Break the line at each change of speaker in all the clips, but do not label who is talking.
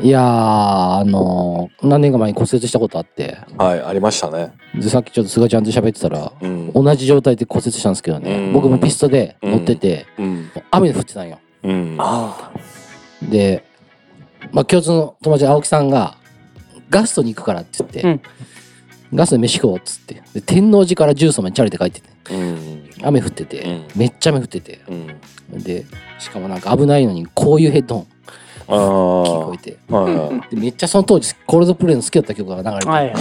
いやー、あのー何年か前に骨折したことあって、
はい、ありましたね。
でさっきちょっと菅ちゃんと喋ってたら、
うん。
同じ状態で骨折したんですけど
う
ね、
ん
僕もピストで乗ってて、
うん。
雨降ってたんよ。
うん。
あ
で、まあ、共通の友達青木さんが、ガストに行くからって言って、
うん
ガストで飯食おうっつって、で天王寺から重曹までチャリで帰ってて、
あ。うん。
雨降ってて、
うん
めっちゃ雨降ってて、
うん。
で、しかもなんか危ないのに、こういうヘッドホン
あ
聞
あ。
こえて、
はい。
でめっちゃその当時、コールドプレイの好きだった曲が流れて、
はい。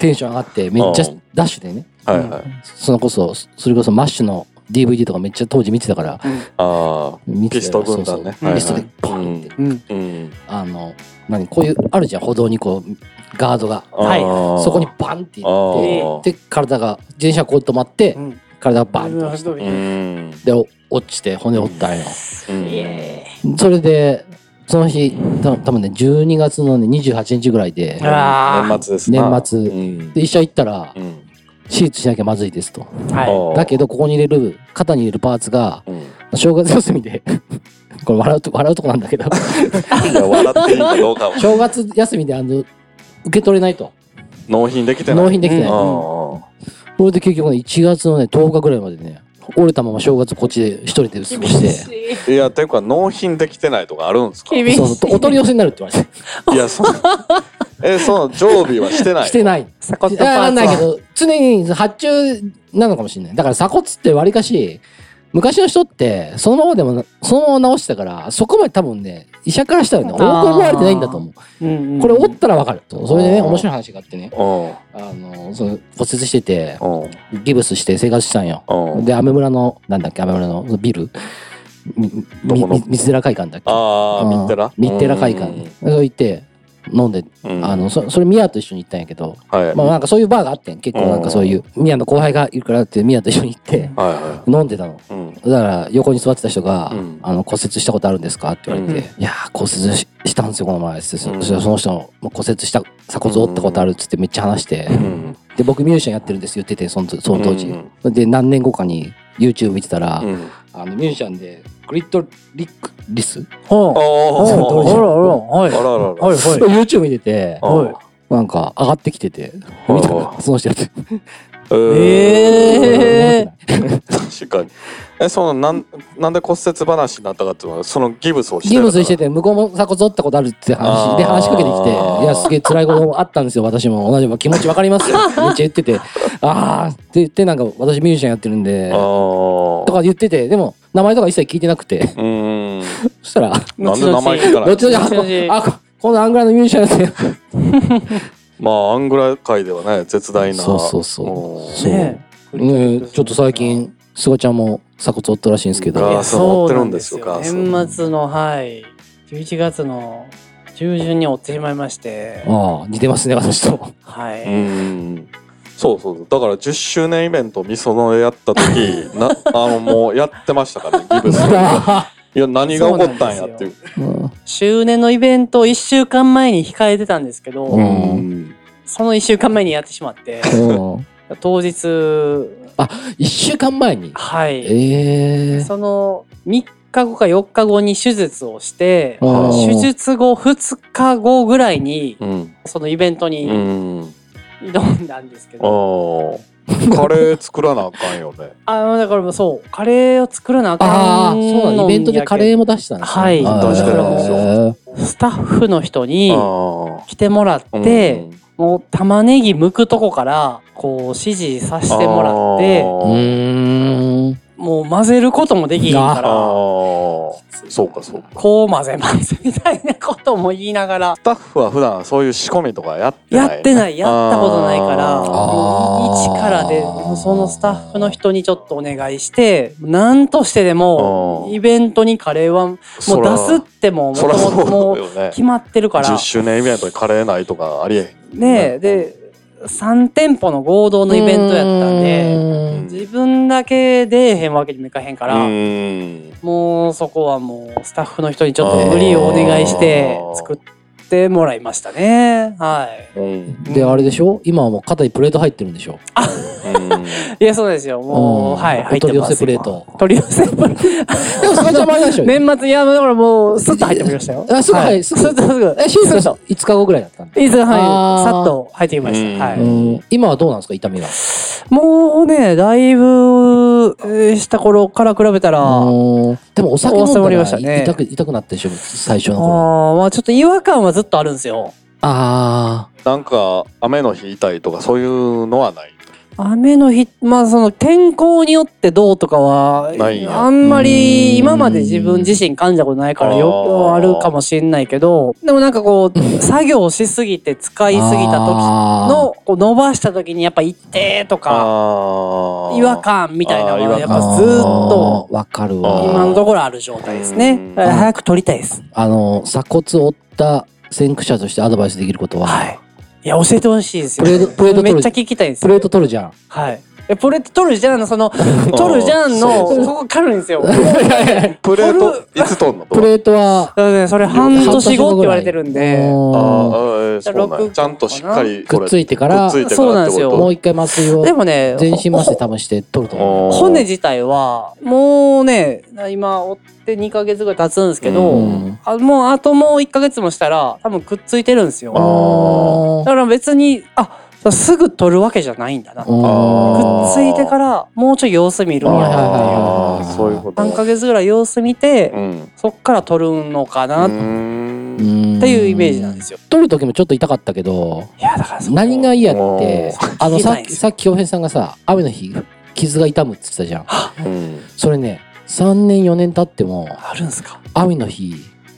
テンション上がって、めっちゃ
うん
ダッシュでね、
はいはい。
そのこそ、それこそマッシュの DVD とかめっちゃ当時見てたから、
あ
見て
ピスト軍
そうそ
団ね
う
はいはい
ピストでポンって、
うん。
あ。うん。
あの、何、こういう、あるじゃん、歩道にこう、ガードが。
はい
そこにバンって
あ
行
ー
って、で、体が、自転車がこう止まって
う、ん。
体が
バ
バ
ン
ン
の
っ
足取
う
り。イ
ん。
て、で、お落ちて骨折ったんよ。
エ
それで、その日、た多分ね、12月のね、28日ぐらいで
ー。、ああ。
年末ですね。
年末、
うん。
で、医者行ったら
う、ん。
手術しなきゃまずいですと。
は
だけど、ここに入れる、肩に入れるパーツが、
ど。うん。い
正月休みで これ笑うと笑うとこなんだ けど
や、笑っていいかどうかも。
正月休みであの受け取れないと
納品できてない。
納品できてない、
あ
うん
それで結局ね1月のね10日ぐらいまでね折れたまま正月こっちで一人で過
い。
ごして
い。
あ。いや、ていうか、納品できてないとかあるんですか
厳しい。
そうそうお取り寄せになるって言われて
いや、そう。え、その常備はしてない。
してない
鎖骨とパーツ
あ
は
あないけど常に発注なのかもしれないだから鎖骨ってわりかし昔の人ってそのままでもなそのまま直してたからそこまで多分ね医者からしたらね多く思われてないんだと思う
うんうん
これ折ったらわかるとそれでね
あー
面白い話があってね
うん。うん。
あのその骨折してて
うん。
ギブスして生活したんよ。
うん。
で、アメ村の、なんだっけ、アメ村のビル、み
どこの
み三寺会館だっけ。
ああ、
うん
ミッテラ
三寺会館。それ行って、飲んで、
うん
あの、そそれ、ミヤと一緒に行ったんやけど、
はい。
まあなんかそういうバーがあってん。結構なんかそういう、ミヤの後輩がいるからって、ミヤと一緒に行って、
はいは
飲んでたの。
い。うん。
だから、横に座ってた人が、
うん
あの、骨折したことあるんですかって言われて、いやー、骨折ししたんですよ、この前。つって
うん
そしたらその人も骨折した、鎖骨折ったことあるっつってめっちゃ話して、
うん。
で、僕ミュージシャンやってるんですよって言ってて、そのその当時。
うん
で、何年後かに YouTube 見てたら、
うん。
あのミュージシャンで、グリッドリックリス
ほう。ほう。
お
あ
ー
らあら。はい。
あ
は
らあらあら。
いはい。
YouTube 見てて、
はい
なんか上がってきてて、
うん
見たらその人やって。
え
え
え確かに。え、そのなんなんで骨折話になったかっていうのはそのギブスをして
ギ
るから
ブスしてて、向こうも鎖骨折ったことあるって
あ
話
ー
で話しかけてきて、いや、すげえ辛いこともあったんですよ、私も。同じも気持ちわかります よ。めっちゃ言ってて、あーって言って、なんか私ミュージシャンやってるんで、
あー
とか言ってて、でも名前とか一切聞いてなくて、
うーん。
そしたら、
なんで名前聞か な
ど
い
っちの
後々
あ、ここのアングラのミュージシャンですよ。
まあ、アングラ界ではね、絶大な。
そうそうそう
も
そう
ね
ねえちょっと最近、すがちゃんも鎖骨折ったらしいんですけ
あ
ど
ー、そうなってるんですよ
そうなんですよ
ガース
年末の、はい。11月の中旬に追ってしまいまして。
ああ、似てますね、私と。
は
う
い。
ーん。そうそうそうだから10周年イベントみそのでやった時なあのもうやってましたからねギブ スいや何が起こったんやっていう
うん
周年のイベントを1週間前に控えてたんですけど、
うなんですよ
うん
その1週間前にやってしま って、
うん
当日、
一週間前に。
はい。
ええ。
その3日後か4日後に手術をして、
あー
手術後2日後ぐらいに、
うん
そのイベント
う
に
ん
挑んだんですけ
あ
ど、
ーカレー作らなあかんよね。
あだからそう、カレーを作らなあ
ああ、
かん
そうなの。イベントでカレーも出したんですね
はい
ああ
出してるんですよ
スタッフの人に
あ
来てもらっ
あ。
て、もう玉ねぎ剥くとこから、こう指示させてもらって、
うーん。
もう混ぜることもできひんか
あー
ら、
あー。そうかそうか。
こう混ぜますみたいなことも言いながら、
スタッフは普段そういう仕込みとかやってない、
やってない、やったことないから、
あー
もう一からで、もうそのスタッフの人にちょっとお願いして、なんとしてでも
あ、ー
イベントにカレーは、もう
そら
出すっても、も
そ
と
ら
も
そう
ともう
よね。
決まってるから
10、周年イベントにカレーないとかありえ
ねえ、で、3店舗の合同のイベントやったんで、
へん。
自分だけ出えへんわけにもいかへんか、
から
もうそこはもうスタッフの人にちょっと無理をお願いして
あー
作ってもらいましたね。はい。
うん。
で、あれでしょ今はもう肩にプレート入ってるんでしょ
う
いや、そうですよ。もう、
ん
はい、入ってます。
お取り寄せプレート
今。取り寄せプレート。
でも、それじゃ前なんでしょ。
年末、いや、だからもう、スッと入ってきましたよ。
あすぐ
は
入
い、
るす
す
ぐ
ぐ、すぐ、すぐ。
え、手術した5日後ぐ らいだったんで。
いつ、は
あ
い、
ー
さっと入ってきました。は
う
い。
うん今はどうなんですか痛みが。
もうね、だいぶ、えーした頃から比べたら、あ
うんでもお酒飲んだ
収まり
ら
ましたね
痛く痛くなってしょ最初の頃。
ーまあちょっと違和感はずっとあるんですよ。
あ
なんか雨の日痛いとかそういうのはない。
雨の日、まあその天候によってどうとかは
ないん、や
あんま
うん
り今まで自分自身感じたことないから
あー
よくあるかもしんないけど、でもなんかこう、作業しすぎて使
あ。
いすぎた時
あー
の、こう伸ばした時にやっぱ一定とか、
あー
違和感みたいなの
あ
は
ー
や
違
っ
和感
ぱずーっと
あーわかる
あー
今
わ。
のところある状態です
う
ね
ん。
だから早く撮りたいです。
あの、鎖骨を折った先駆者としてアドバイスできることは、
はい。いや、教えてほしいですよ。
プレートプレート取
め
る
っちゃ聞きたいです
プ
よ。
レート取る じゃん。
はい。え、プレート取るじゃんの、その、取るじゃんの、
そうそう
ここかるんですよ。
プレートいつ取んの？
プレートは、
だからね、それ半年後って言われてるん
う
で。
あー
ん
あーえーそうなんやちゃんとしっかりこ
く
れ
っついてか
くっ
ら
つ、いてからってこと。
そうなんですよ
もう一回麻酔を
でもね、
全身麻酔
ほ
試して取ると思う。
おー
骨自体は、もうね、今、追って2ヶ月ぐらい経つんですけ
う
ど、
ん
あもうあともう1ヶ月もしたら、多分くっついてるんですよ。
あ
だ
あ。
から別に、あ、すぐ取るわけじゃないんだな。くっ
あ
ついてから、もうちょい様子見るんやなっ
あーそういうこ
ていう。3ヶ
と。
月ぐらい様子見て、
うん。
そっから取るのかな
う
っ
ん
ていうイメージなんですすよ。
取る時もちょっと痛かったけど、
いや、だからそこ
何が嫌って
お、
あの
聞け
さ
ない
っ
んで
き、
す
さ
よ
っき京平さんがさ、雨の日、傷が痛むって言ってたじゃん。
うん
それね、3年4年経っても、
あるんすか
雨の日、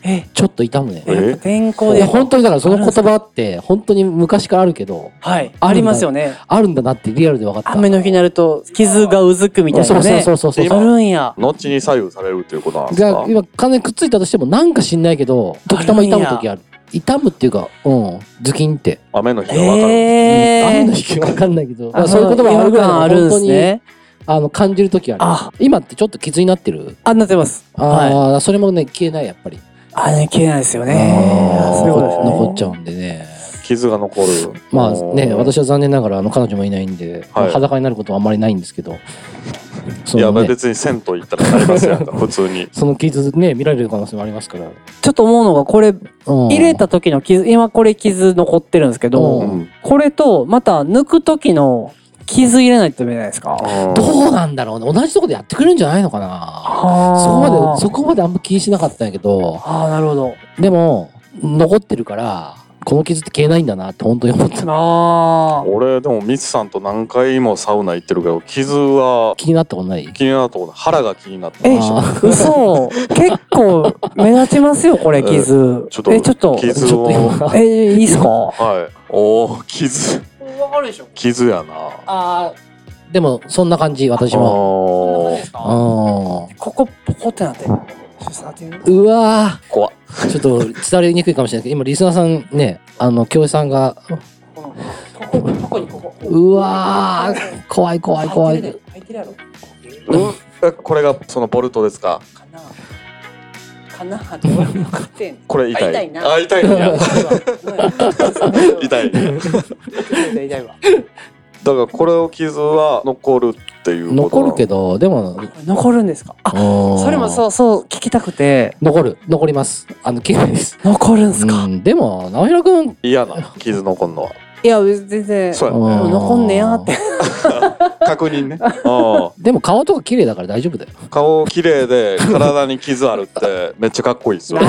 え、
ちょっと痛むね。
え
やっぱ天候
い
で
や、。本当にだからその言葉って、本当に昔からあるけど、
はい。ありますよね。
あるんだなってリアルで分かった。
雨の日になると、傷がうずくみたい
そ
な
うそ
ね。
うそうそうそう。
あるんや。
後に左右されるということなんです
が
か。
今完全にくっついたとしてもなんか知んないけど時たま痛む時ある痛むっていうかうんズキンって、
雨の日がわかる。
え
うん雨の
ー。
日わかんないけど、ま
あ
あ、そういう言葉があるぐらい
違和感あ
だから
る
本
んで
当
す
に、
ね。
あの感じる時ある
あ、
今ってちょっと傷になってる
あ、なってます。はい。
ああ、それもね消えないやっぱり
あ、ね、消えないですよね。
あ
ー
そういうことですね。
残っちゃうんでね
傷が残る。
まあね
うん
私は残念ながらあの彼女もいないんで、
はい
裸になることはあんまりないんですけどそ
いや
の,、ね、
別に銭湯行ったらなり ますやんか普通に。
その傷ね見られる可能性もありますから、
ちょっと思うのが、これ、
うん
入れた時の傷、今これ傷残ってるんですけ
う
ど、
ん
これと、また抜く時の傷入れないとダメじゃないですか。
どうなんだろうね同じとこでやってくれるんじゃないのかなそこまで、そこまであんま気にしなかったんやけど、
ああ、なるほど。
でも、残ってるから、この傷って消えないんだなって本当に思った。
ああ。
俺でもミツさんと何回もサウナ行ってるけど傷は
気になったことない
気になったことない腹が気になった
え
ちょ
あ
嘘。結構目立ちますよ、これ、傷。
っと
え、ちょっと。
傷を
ちょっと
は
え、いいっすか
いおお傷
わかるでしょ
傷やな
あーでも、そんな感じ、私も。
お
うん
ここ、ポコってなってる。ちょっと触ってみる
うわ
怖っ
ーちょっと伝わりにくいかもしれないけど、今、リスナーさんね、あの、教師さんが、
このここ、ここにここ。
うわー怖い怖い怖
入っ
い。
てる入ってるやろ
うえこれがそのボルトですか
かなかなって俺も分かってんねん
これ痛い
あ痛いな
あ痛いん や痛い
痛い痛いわ
だからこれを傷は残るっていうこと
残るけ
ど
ど、でも、
残るんですかあそ
そ
れもそうそう聞きたくて
残る、残ります。あの、綺麗です。
残るんすか、
うんでも、直弘くん、
嫌な傷残るのはい
や全然
そうやね
う
残んねやって
確認ねうん
でも顔とか綺麗だから大丈夫だよ。
顔綺麗で体に傷ある ってめっちゃかっこいいっすよ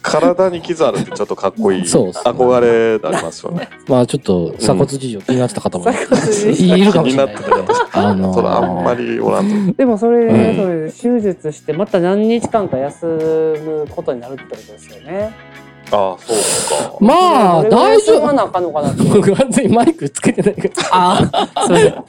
体に傷あるってちょっとかっこいい
そうっすね
憧れありますよね
まあちょっと鎖骨事情気になってた方もいるかもしれない、ね
気になって。
あのー
それあんまりおらんと
でもそれ
ねうん
それ手術してまた何日間か休むことになるってことですよね
ああそうか
まあ大丈夫。
なあかんのかな
僕完全にマイクつけてないけど。
ああすいま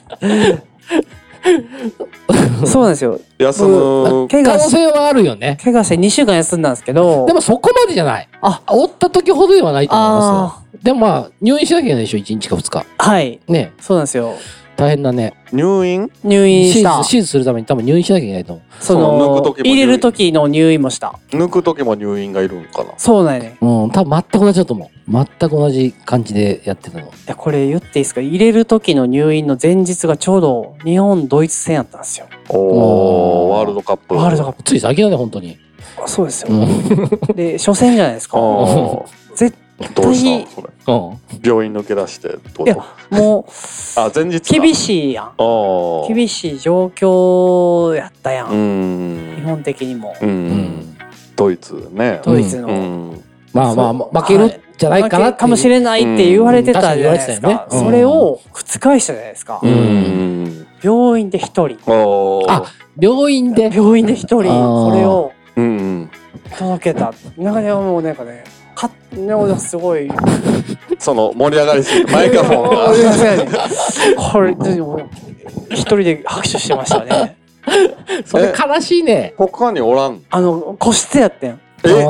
せん そうなんですよ
休む
僕怪
可
我
能
し
性はあるよね。
怪我して2週間休んだんですけど
でもそこまでじゃない。
あ
折った時ほどではないと思いま
あ
すよ。でもまあ入院しなきゃいけないでしょ、1日か2日。
あはい
ね
そうなんですよ
大変だね。
入院
入
手
院し
術
た
手術するために多分入院しなきゃいけないと思
そ
そう抜
の
く時も入院
入れる時の入院もした
抜く時も入院がいるんかな
そうなんやね
う。うん、多分全く同じだと思う。全く同じ感じでやってたの。
いやこれ言っていいですか入れる時の入院の前日がちょうど日本ドイツ戦やったんですよ
おーワールドカップ
ワールドカップ
つい先だね、本当に。
あそうです
う
よ
ん。うん。
で初戦じゃないですか
あ
絶
ーどうしたそれ病院抜け出してってこ
いや
と
も
あ前日
う厳
しい
しいやん
ああ
厳しい状況やったや
うん
日
ん
本的にも
う
うんん
ドイツね
ドイツ
う
の
ん
まあまあまあ、負けるんじゃないかなっていう
かもしれないって言われてたじゃないです
うん確
か
かに言われてたよね
それを覆したじゃないですか
うんん
病院で一人
おー
あ病院で。
病院で一人
あー
それを
うん
届けたなんかねもうなんかねかなんかすごい
その盛り上がりすぎてマイクロフォン
おー すい
が
ませんこれでも一人で拍手してましたね
それ悲しいね。
他におらん
あの個室やってん
あ
え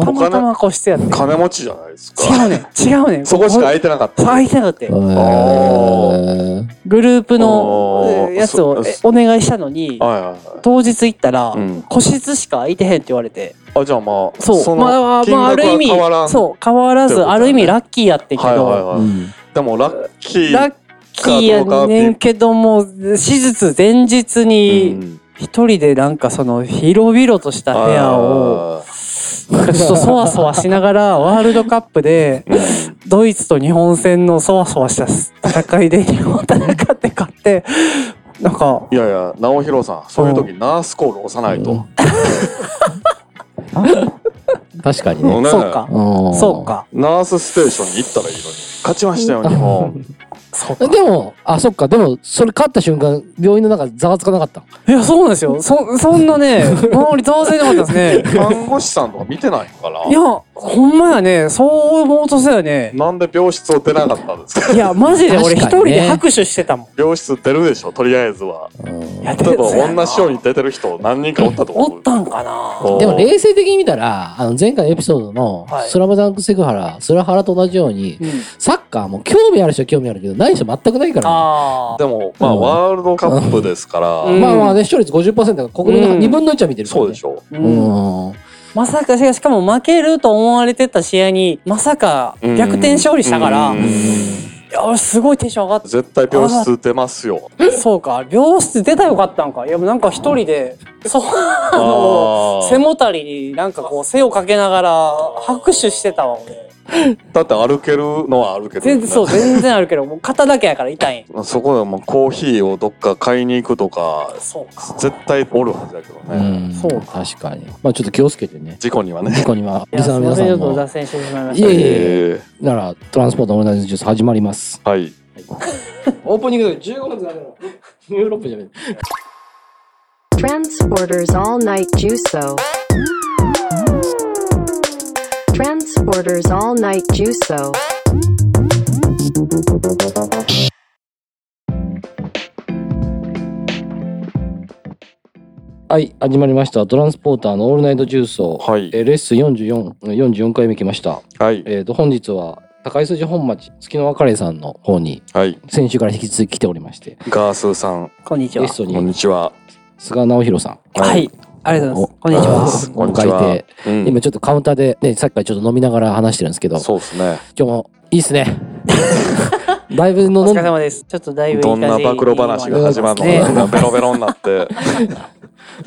ー
たまたま個室やってん違
金持ちじゃないですか
うねん違うねん
そこしか空いてなかった
空いてなかったよ
えー
グループ
お
の
ー
えやつをえお願いしたの
は
に
いはいは
当日行ったら
いうん
個室しか空いてへんって言われて
あじゃあまあ
そ
の
うまあ
金
まああ
額
る意
は
味
変わらん
そう変わら
って
ず
ことだ
あ
ね
る意味ラッキーやってんけ
はいはい
ど
は
う
い、
ん
でもラッキー
ラッキーやねんけども手術前日に
うん
一人でなんかその広々とした部屋を
あー
なんかちょっとそわそわしな がらワールドカップで
うん
ドイツと日本戦のそわそわした戦いで日本戦って勝ってなんか
いやいや直弘さんそういう時ナースコール押さないと、
確かに
う
ね。
んね
そうか
うん
そう。か
ナースステーションに行ったらいいのに勝ちましたよ日本
そうか
でも、あ、そっか。でも、それ勝った瞬間、病院の中、ざわつかなかった。
いやそうなんですよそそんな ね周りざわついてなかったですね
看護師さんとか見てないのかない
やほんまやねそう思うとそうやね
なんで病室を出なかったんですか
いやマジで俺
確
一
か
人
にね
で拍手してたもん
病室出るでしょとりあえずは
や
例えば
そうやな
同じように出てる人何人かおったと思
お
う
ったんかな
お
でも、冷静的に見たら、あの、前回のエピソードの
は、い
スラムダンクセクハラ、スラハラと同じように、
うん
サッカーも興味ある人は興味あるけど、ない人は全くないからね。
あ
でもまあ
うん
ワールドカップですから、
うん
まあまあね、視聴率50%が国民の
うん
2分の1は見てるから、ね
そうでしょ
あ、う
うんん。
まさか、しかも負けると思われてた試合に、まさか
うん
逆転勝利したから、
う
い
ん
や、俺すごいテンション上がっ
絶対病室出ますよ
た。 そうか、病室出たらよかったんか。いや、もうなんか一人で、そう、あの
あー
背もたれになんかこう、背をかけながら拍手してたわ、俺。
だって歩けるのは歩ける、
全然、そう、全然あるけど、もう肩だけやから痛い。
そこでもうコーヒーをどっか買いに行くとか
そうか。
絶対おるはずだけど
う
ね、
ん。
そうか
確かに。まあちょっと気をつけてね。
事故にはね
事故には、
い
リ
や、
スナー
す
の
みま
皆さ
せん、ちょ
んも。
っと脱線してしまいま
い
し
え
た。
いえ
え
なら、トランスポートオーナイズジュース始まります。
ーはい
オープニングで15分でなの。 ヨーロッパじゃない。
Transporters All Night Juso. Transporters All Night Juso.
はい、始まりました。トランスポーターのオールナイトジュースを、
はい
えーレッスン44、44回目来ました。
はい
えっ、と、本日は、高井筋本町、月の別れさんの方に、
はい
先週から引き続き来ておりまして、
ガースーさん
こんにちは
ゲス。ト
こん
に
にちは
菅直弘さん
はい。ありがとうございます。こんにちは。
お
こんにち
お迎え
は
て、
うん
今ちょっとカウンターで、ね、さっきからちょっと飲みながら話してるんですけど、
そうですね
今日もいいっ すね。だいぶの
お
飲
疲
ん
れ
で、
様です。ちょっとだいぶいい
ど
感
ん
じ
な暴露話が始まる
ね。
のかベロベロに なって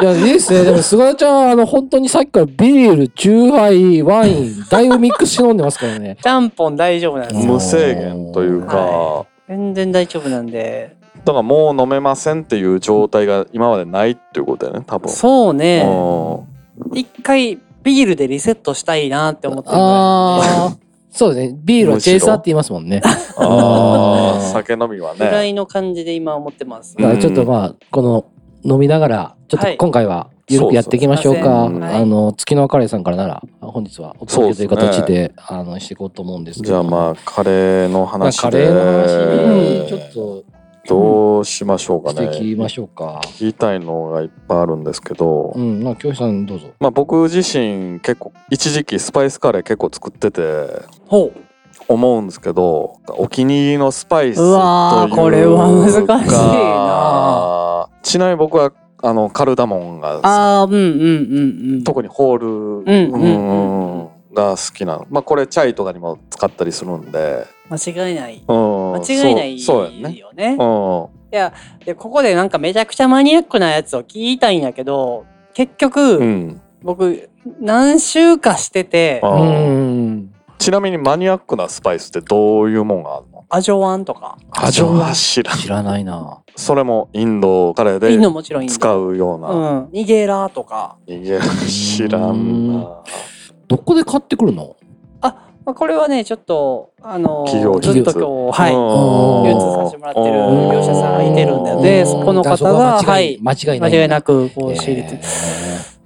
いや、いいっすね。でも菅田ちゃんは、あの、本当にさっきからビール、チューハイ、ワイン、だいぶミックスして飲んでますから ね
ちゃんぽん大丈夫なんですよ。
無制限というか
は全然大丈夫なんで。
だからもう飲めませんっていう状態が今までないっていうことだよね多分
そうね。
う
一回ビールでリセットしたいなって思ってるぐら
ああ、そうですね。ビールはチェイサーって言いますもんね。
んあー酒飲みはい
ぐら
ね
いの感じで今思ってます。
だからちょっとまあ、この、飲みながら、ちょっ
は
と
い
今回は、ゆるくやっていきましょうか。
そうですね
あの、月のカレーさんからなら、本日はお届けという形
そう
で、あの、していこうと思うんですけ
じ
ど。
ゃあまあカレーの
まあ、
話
カ
で
レーの話に、ちょっと、
どうしましょうか
して
ね
いきましょうか。
聞きたいのがいっぱいあるんですけど、
うん、まあ、教師さんどうぞ。
まあ僕自身結構一時期スパイスカレー結構作ってて
ほう。
思うんですけどお気に入りのスパイスという
う
か
わーこれは難しいな
ちなみに僕はあのカルダモンが
ああ、うんうんうんうん。
特にホール
うんうんうん
うんが好きなのまあこれチャイとかにも使ったりするんで、
間違いない。
うん、
間違いない
そうそうやね
よ
う。ん
ねで、ここでなんかめちゃくちゃマニアックなやつを聞いたいんやけど、結局、
うん
僕、何週かしてて、
あ
うん。
ちなみにマニアックなスパイスってどういうもんがあるの
アジョワンとか、
アジョワン
知らん
知らないな。
それもインドカレー
いいの
で
もちろんいい
使
う。
うよう
う。
なん
ニゲラーとか。
いや知らんな
どこで買ってくるの
あ、まあ、これはね、ちょっと、あのー
企業
ずっと
技術
今日、はい。
うん
流通させてもらってる
うん
業者さんがいてるんだよね。
う
で、そこの
あそ
方
こ
が、
は
は
間違
い
い。間違いな
間
い。
違いなく、こ
え
う、
ー
仕入れて。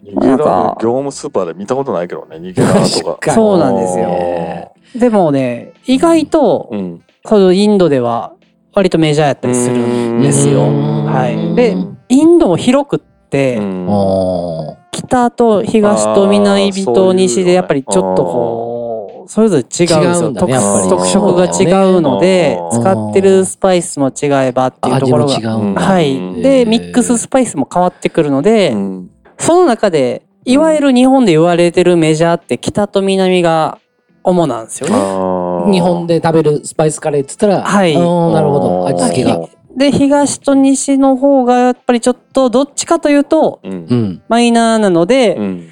ニゲ
なん
ラ
か
業務スーパーで見たことないけどねニゲラとか
確かに
そうなんですよ
え
でもね、意外と、
うん
そのインドでは、割とメジャーやったりするんですよ。
うん
はい。
う
で
ん、
インドも広くって、
うん
ーおー
北と東
あ
と
ー
南
そうい
と
う
西でやっぱりちょっと
よね
こうそれぞれ違うんです
違う
よ
んだね
特
やっぱ
り
特色が違うので
そう
だよね
使ってるスパイスも違えばっていうと
味
ころ
も違
が
うんだ。
う
はい
へ
で
ー
ミックススパイスも変わってくるので
うん
その中でいわゆる日本で言われてるメジャーって北と南が主なんですよね。
あー
日本で食べるスパイスカレーって言ったら、
はい
あーなるほど。
あー
味付けが。
で東と西の方がやっぱりちょっとどっちかというと
うん
うん。
マイナーなので、
うん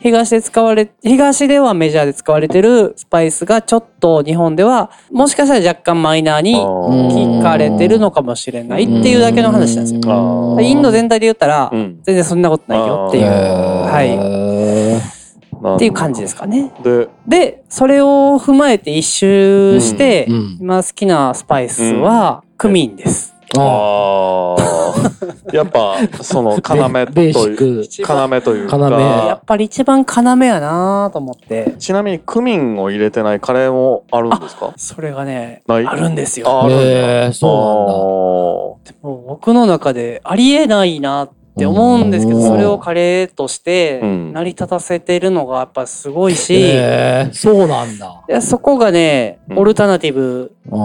東で使われ、東ではメジャーで使われてるスパイスがちょっと日本ではもしかしたら若干マイナーに
あー
聞かれてるのかもしれないっていうだけの話なんですよ。
あー
インド全体で言ったら
うん
全然そんなことないよっていう、
あ
はい。
い。
っていう感じですかね。
で
で、それを踏まえて一周して、
うん。
今好きなスパイスはクミンです。
あ
ああやっぱその要と
ベベーシ
いう
ック。
要という
要
や
か
っぱり一番要やなと思って、
ちなみにクミンを入れてないカレーもあるんですか
それがね、あ
ない
るんですよ。
あるんだ
えー、そう
もう僕の中でありえないなって思うんですけ
う
ど、
ん
それをカレーとして
うん
成り立たせてるのがやっぱすごいうし、
なんだ。えー、そうなんだ。
でそこがね、
うん
オルタナティブ、
う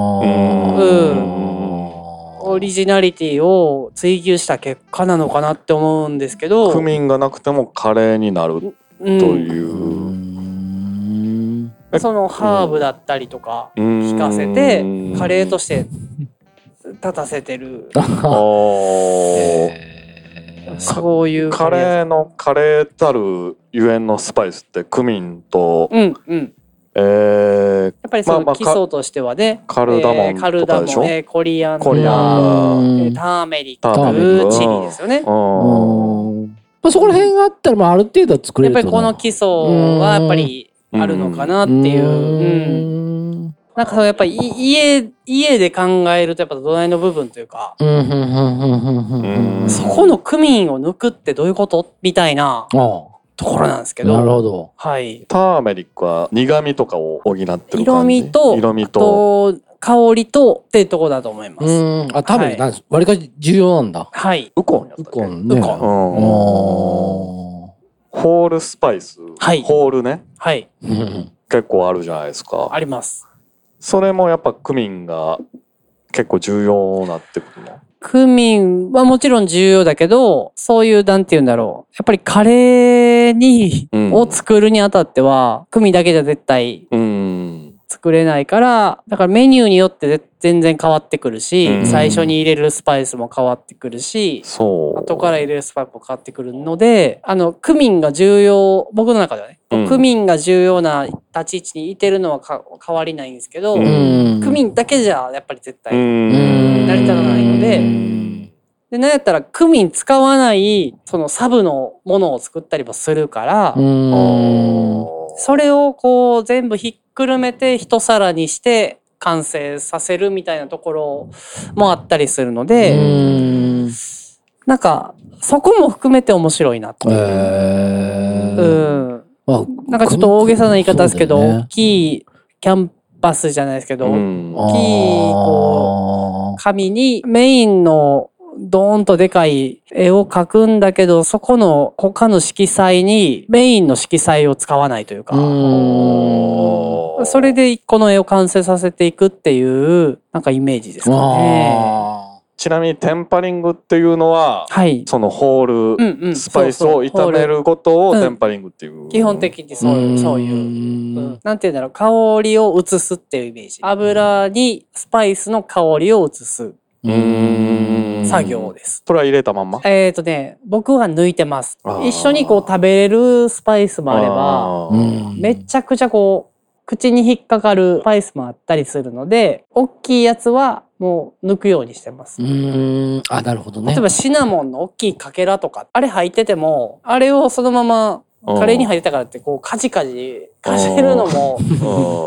オリジナリティを追求した結果なのかなって思うんですけ
なんだ
ど、
クミンがなくてもカレーになる
う
と
ん、
いう
そのハーブだったりとか
うん
効かせて、カレーとして立たせてる、
あー
そういう
カ
ー
レーのカレーたるゆえんのスパイスってクミンと、
うんうん。
えー、
やっぱり
ま
そ
あま
の
あ
基礎としてはね、
カルダモ
え
ン
ーカ
と
ル
か
ダ
でし
モ
ょ、
ン、えーコリアンダー
コリアン
えーターメリ
ダー
タ
ッ
ーメリッ
ク
ク
チリですよね。
うん
まあ、そこら辺があったら、まあ、ある程度は作れ
や
る
っぱりこの基礎はやっぱりあるのかなっていう。うん
うん。
なんかそのやっぱりい家、家で考えるとやっぱ土台の部分というか、
うん、うん、うん、うん。
そこのクミンを抜くってどういうことみたいな
あ
ところなんですけ
あ、なる
ど。
ほど。
はい。
ターメリックは苦味とかを補ってる感じ
色味と、
色味と
と香りとってとこだと思いま
う
す。
ん。あ、多分、なんわりかし重要なんだ。
はい。
ウコンやった
ウ
っけ
コンね。
ウコン
うんホールスパイス、
はい
ホールね
はい。
うん。
結構あるじゃないですか
あります。
それもやっぱクミンが結構重要なってことの
クミンはもちろん重要だけど、そういう、なんて言うんだろう。やっぱりカレーに、
うん
を作るにあたっては、クミンだけじゃ絶対
うん
作れないから、だからメニューによって全然変わってくるし、
うん
最初に入れるスパイスも変わってくるし、
そう
後から入れるスパイスも変わってくるので、あの、クミンが重要、僕の中ではね、
うん
クミンが重要な立ち位置にいてるのはか変わりないんですけど、
う
うん。
クミンだけじゃやっぱり絶対
うん
成り立たないのでで、なんやったら、クミン使わない、そのサブのものを作ったりもするから、
うん。
それをこう、全部ひっくるめて、一皿にして、完成させるみたいなところもあったりするので、
うん。
なんか、そこも含めて面白いなと。
えー
うん。
あ
なんかちょっと大げさな言い方ですけど、
そうだよ
大きいキャンパスじゃないですけど、
うん
ね
こ紙にメインのドーンとでかい絵を描くんだけど、そこの他の色彩にメインの色彩を使わないという
う
か、
ん。
それで一個の絵を完成させていくっていう、なんかイメージですかね。
あー
ちなみにテンパリングっていうのは、
はい。
そのホー
う
ル、
んうん。
スパイスを
そうそ
炒
うホー
め
ル
ることを
うん
テンパリングっていう。
基本的にそういう、そういう。
う
うん
ん。
なんて言うんだろう、香りを移すっていうイメージ。油にスパイスの香りを移す
うーん
作業です。
それは入れたまんま。
えっ、とね、僕は抜いてます
あ。ー
一緒にこう食べれるスパイスもあれば、
あ
う
ー
ん
めちゃくちゃこう、口に引っかかるスパイスもあったりするので、大きいやつはもう抜くようにしてます
う。ーん。あ、なるほどね。
例えばシナモンの大きいかけらとか、あれ入ってても、あれをそのままカレーに入ってたからってこうカジカジかじるのも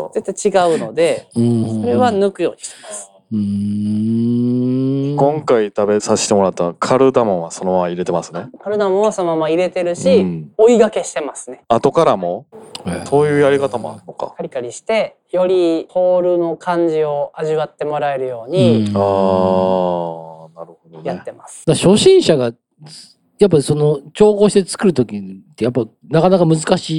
うん
絶対違うので、
うん
それは抜くようにしてます。
うーん。
今回食べさせてもらったカルダモンはそのまま入れてますね。
カルダモンはそのまま入れてるし、
うん
追いがけしてますね。
後からも、
えー
そういうやり方もあるのか。
カリカリして、よりホールの感じを味わってもらえるよ
うん
うに
ああー、なるほど
やっ
ね。
てます。
だから初心者が、やっぱりその、調合して作るときって、やっぱなかなか難し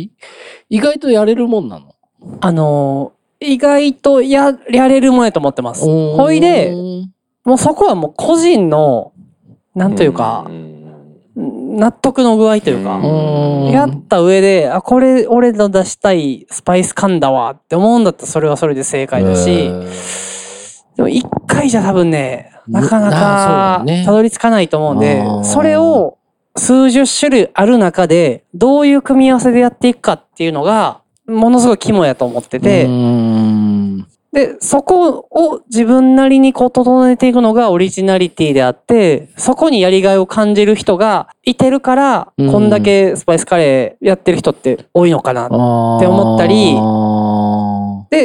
い。意外とやれるもんなの。
あのー意外とや、やれるもんやと思ってます。ほいで、もうそこはもう個人の、なんというか
う、ん
納得の具合というか、
うん
やった上で、あ、これ俺の出したいスパイス感だわって思うんだったらそれはそれで正解だし、でも一回じゃ多分ね、
な
なかな
そうだ
か
ね
たどり着かないと思うんで
あー、
それを数十種類ある中で、どういう組み合わせでやっていくかっていうのが、ものすごい肝やと思って
で、う
て、
ん
で、そこを自分なりにこう整えていくのがオリジナリティであって、そこにやりがいを感じる人がいてるから、
うん
こんだけスパイスカレーやってる人って多いのかな
って
思ったり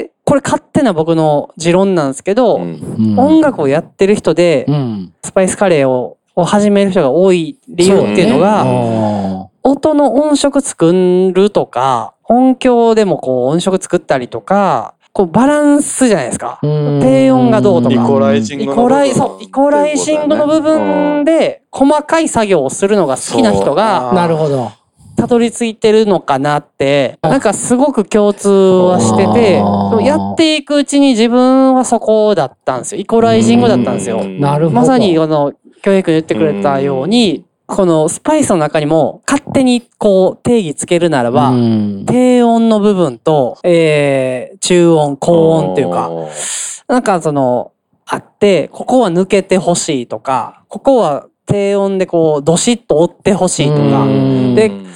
で、これ勝手な僕の持論なんですけど、
うん
音楽をやってる人で、
うん、
スパイスカレーをを始める人が多い理由っていうの
あ
が、
そうね
音の音色作るとか、音響でもこう音色作ったりとか、こうバランスじゃないですか。
うん
低音がどうとか
イコライジン
イ
グの
コライ、
部分
そう、イコライシングの部分で細かい作業をするのが好きな人
そう
が
あ
なるほど。
たどり着いてるのかなって、なんかすごく共通はしてて、で
あー
もやっていくうちに自分はそこだったんですよ。イコライシングだったんですよ
う。ん
なるほど。
まさにこの教育で言ってくれたように、このスパイスの中にも勝手にこう定義つけるならば、
うん
低音の部分と、えー、中音、高音っていう
あ
か、
ー
なんかその、あって、ここは抜けてほしいとか、ここは低音でこう、どしっと折ってほしいと
う
か、
ん
で
うん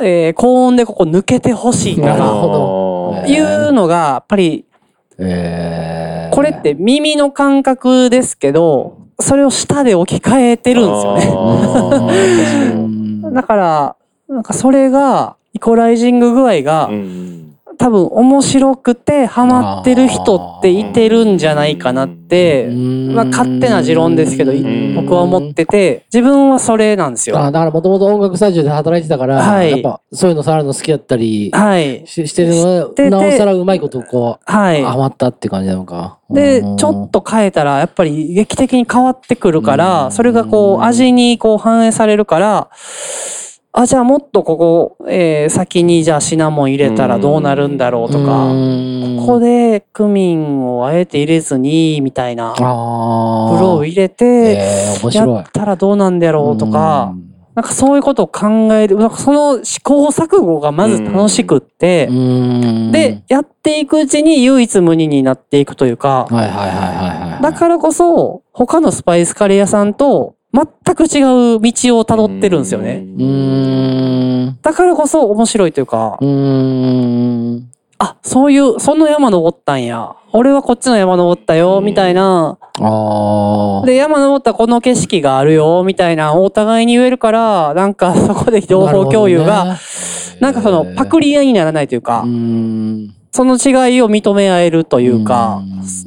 えー、高音でここ抜けてほしいと
なる
か、
ほど
あ
ど
ー
いうのが、やっぱり、
えー
これって耳の感覚ですけど、それを舌で置き換えてるんですよね。
あ
う
ー
ん
だから、なんかそれが、イコライジング具合が、
うん
多分面白くてハマってる人っていてるんじゃないかなって、
うん
まあ勝手な持論ですけど、
うん
僕は思ってて、自分はそれなんです
あ
よ。
だからもともと音楽スタジオで働いてたから、
はい
やっぱそういうの触るの好きだったり
はい。
ししてるの
て
で
て
なおさらうまいことこ
は
う
い。
余ったって感じなのか。
で、
うん
ちょっと変えたら、やっぱり劇的に変わってくるか
う
ら、
ん
それがこう、味にこう反映されるから、あ、じゃあもっとここ、えー先にじゃあシナモン入れたらどうなるんだろうとか、
うん
ここでクミンをあえて入れずに、みたいな、
あ
プ
ー
ロを入れて、
えー面
や
白い
っ。たらどうなんだろうとか、なんかそういうことを考える、なんかその試行錯誤がまず楽しくって
う、ん、
で、やっていくうちに唯一無二になっていくというか、
はいはいはいはいはい。
だからこそ、他のスパイスカレー屋さんと全く違う道を辿ってるんですよね。。
うーん。
だからこそ面白いというか
う、ーん。
あ、そういう、その山登ったんや。俺はこっちの山登ったよ、みたいな。
ああ。
で、山登ったこの景色があるよ、みたいな、お互いに言えるから、なんかそこで情報共有が、なんかそのパク
リ
リ合いにならないというか
うー、ん。
その違いを認め合えるというか、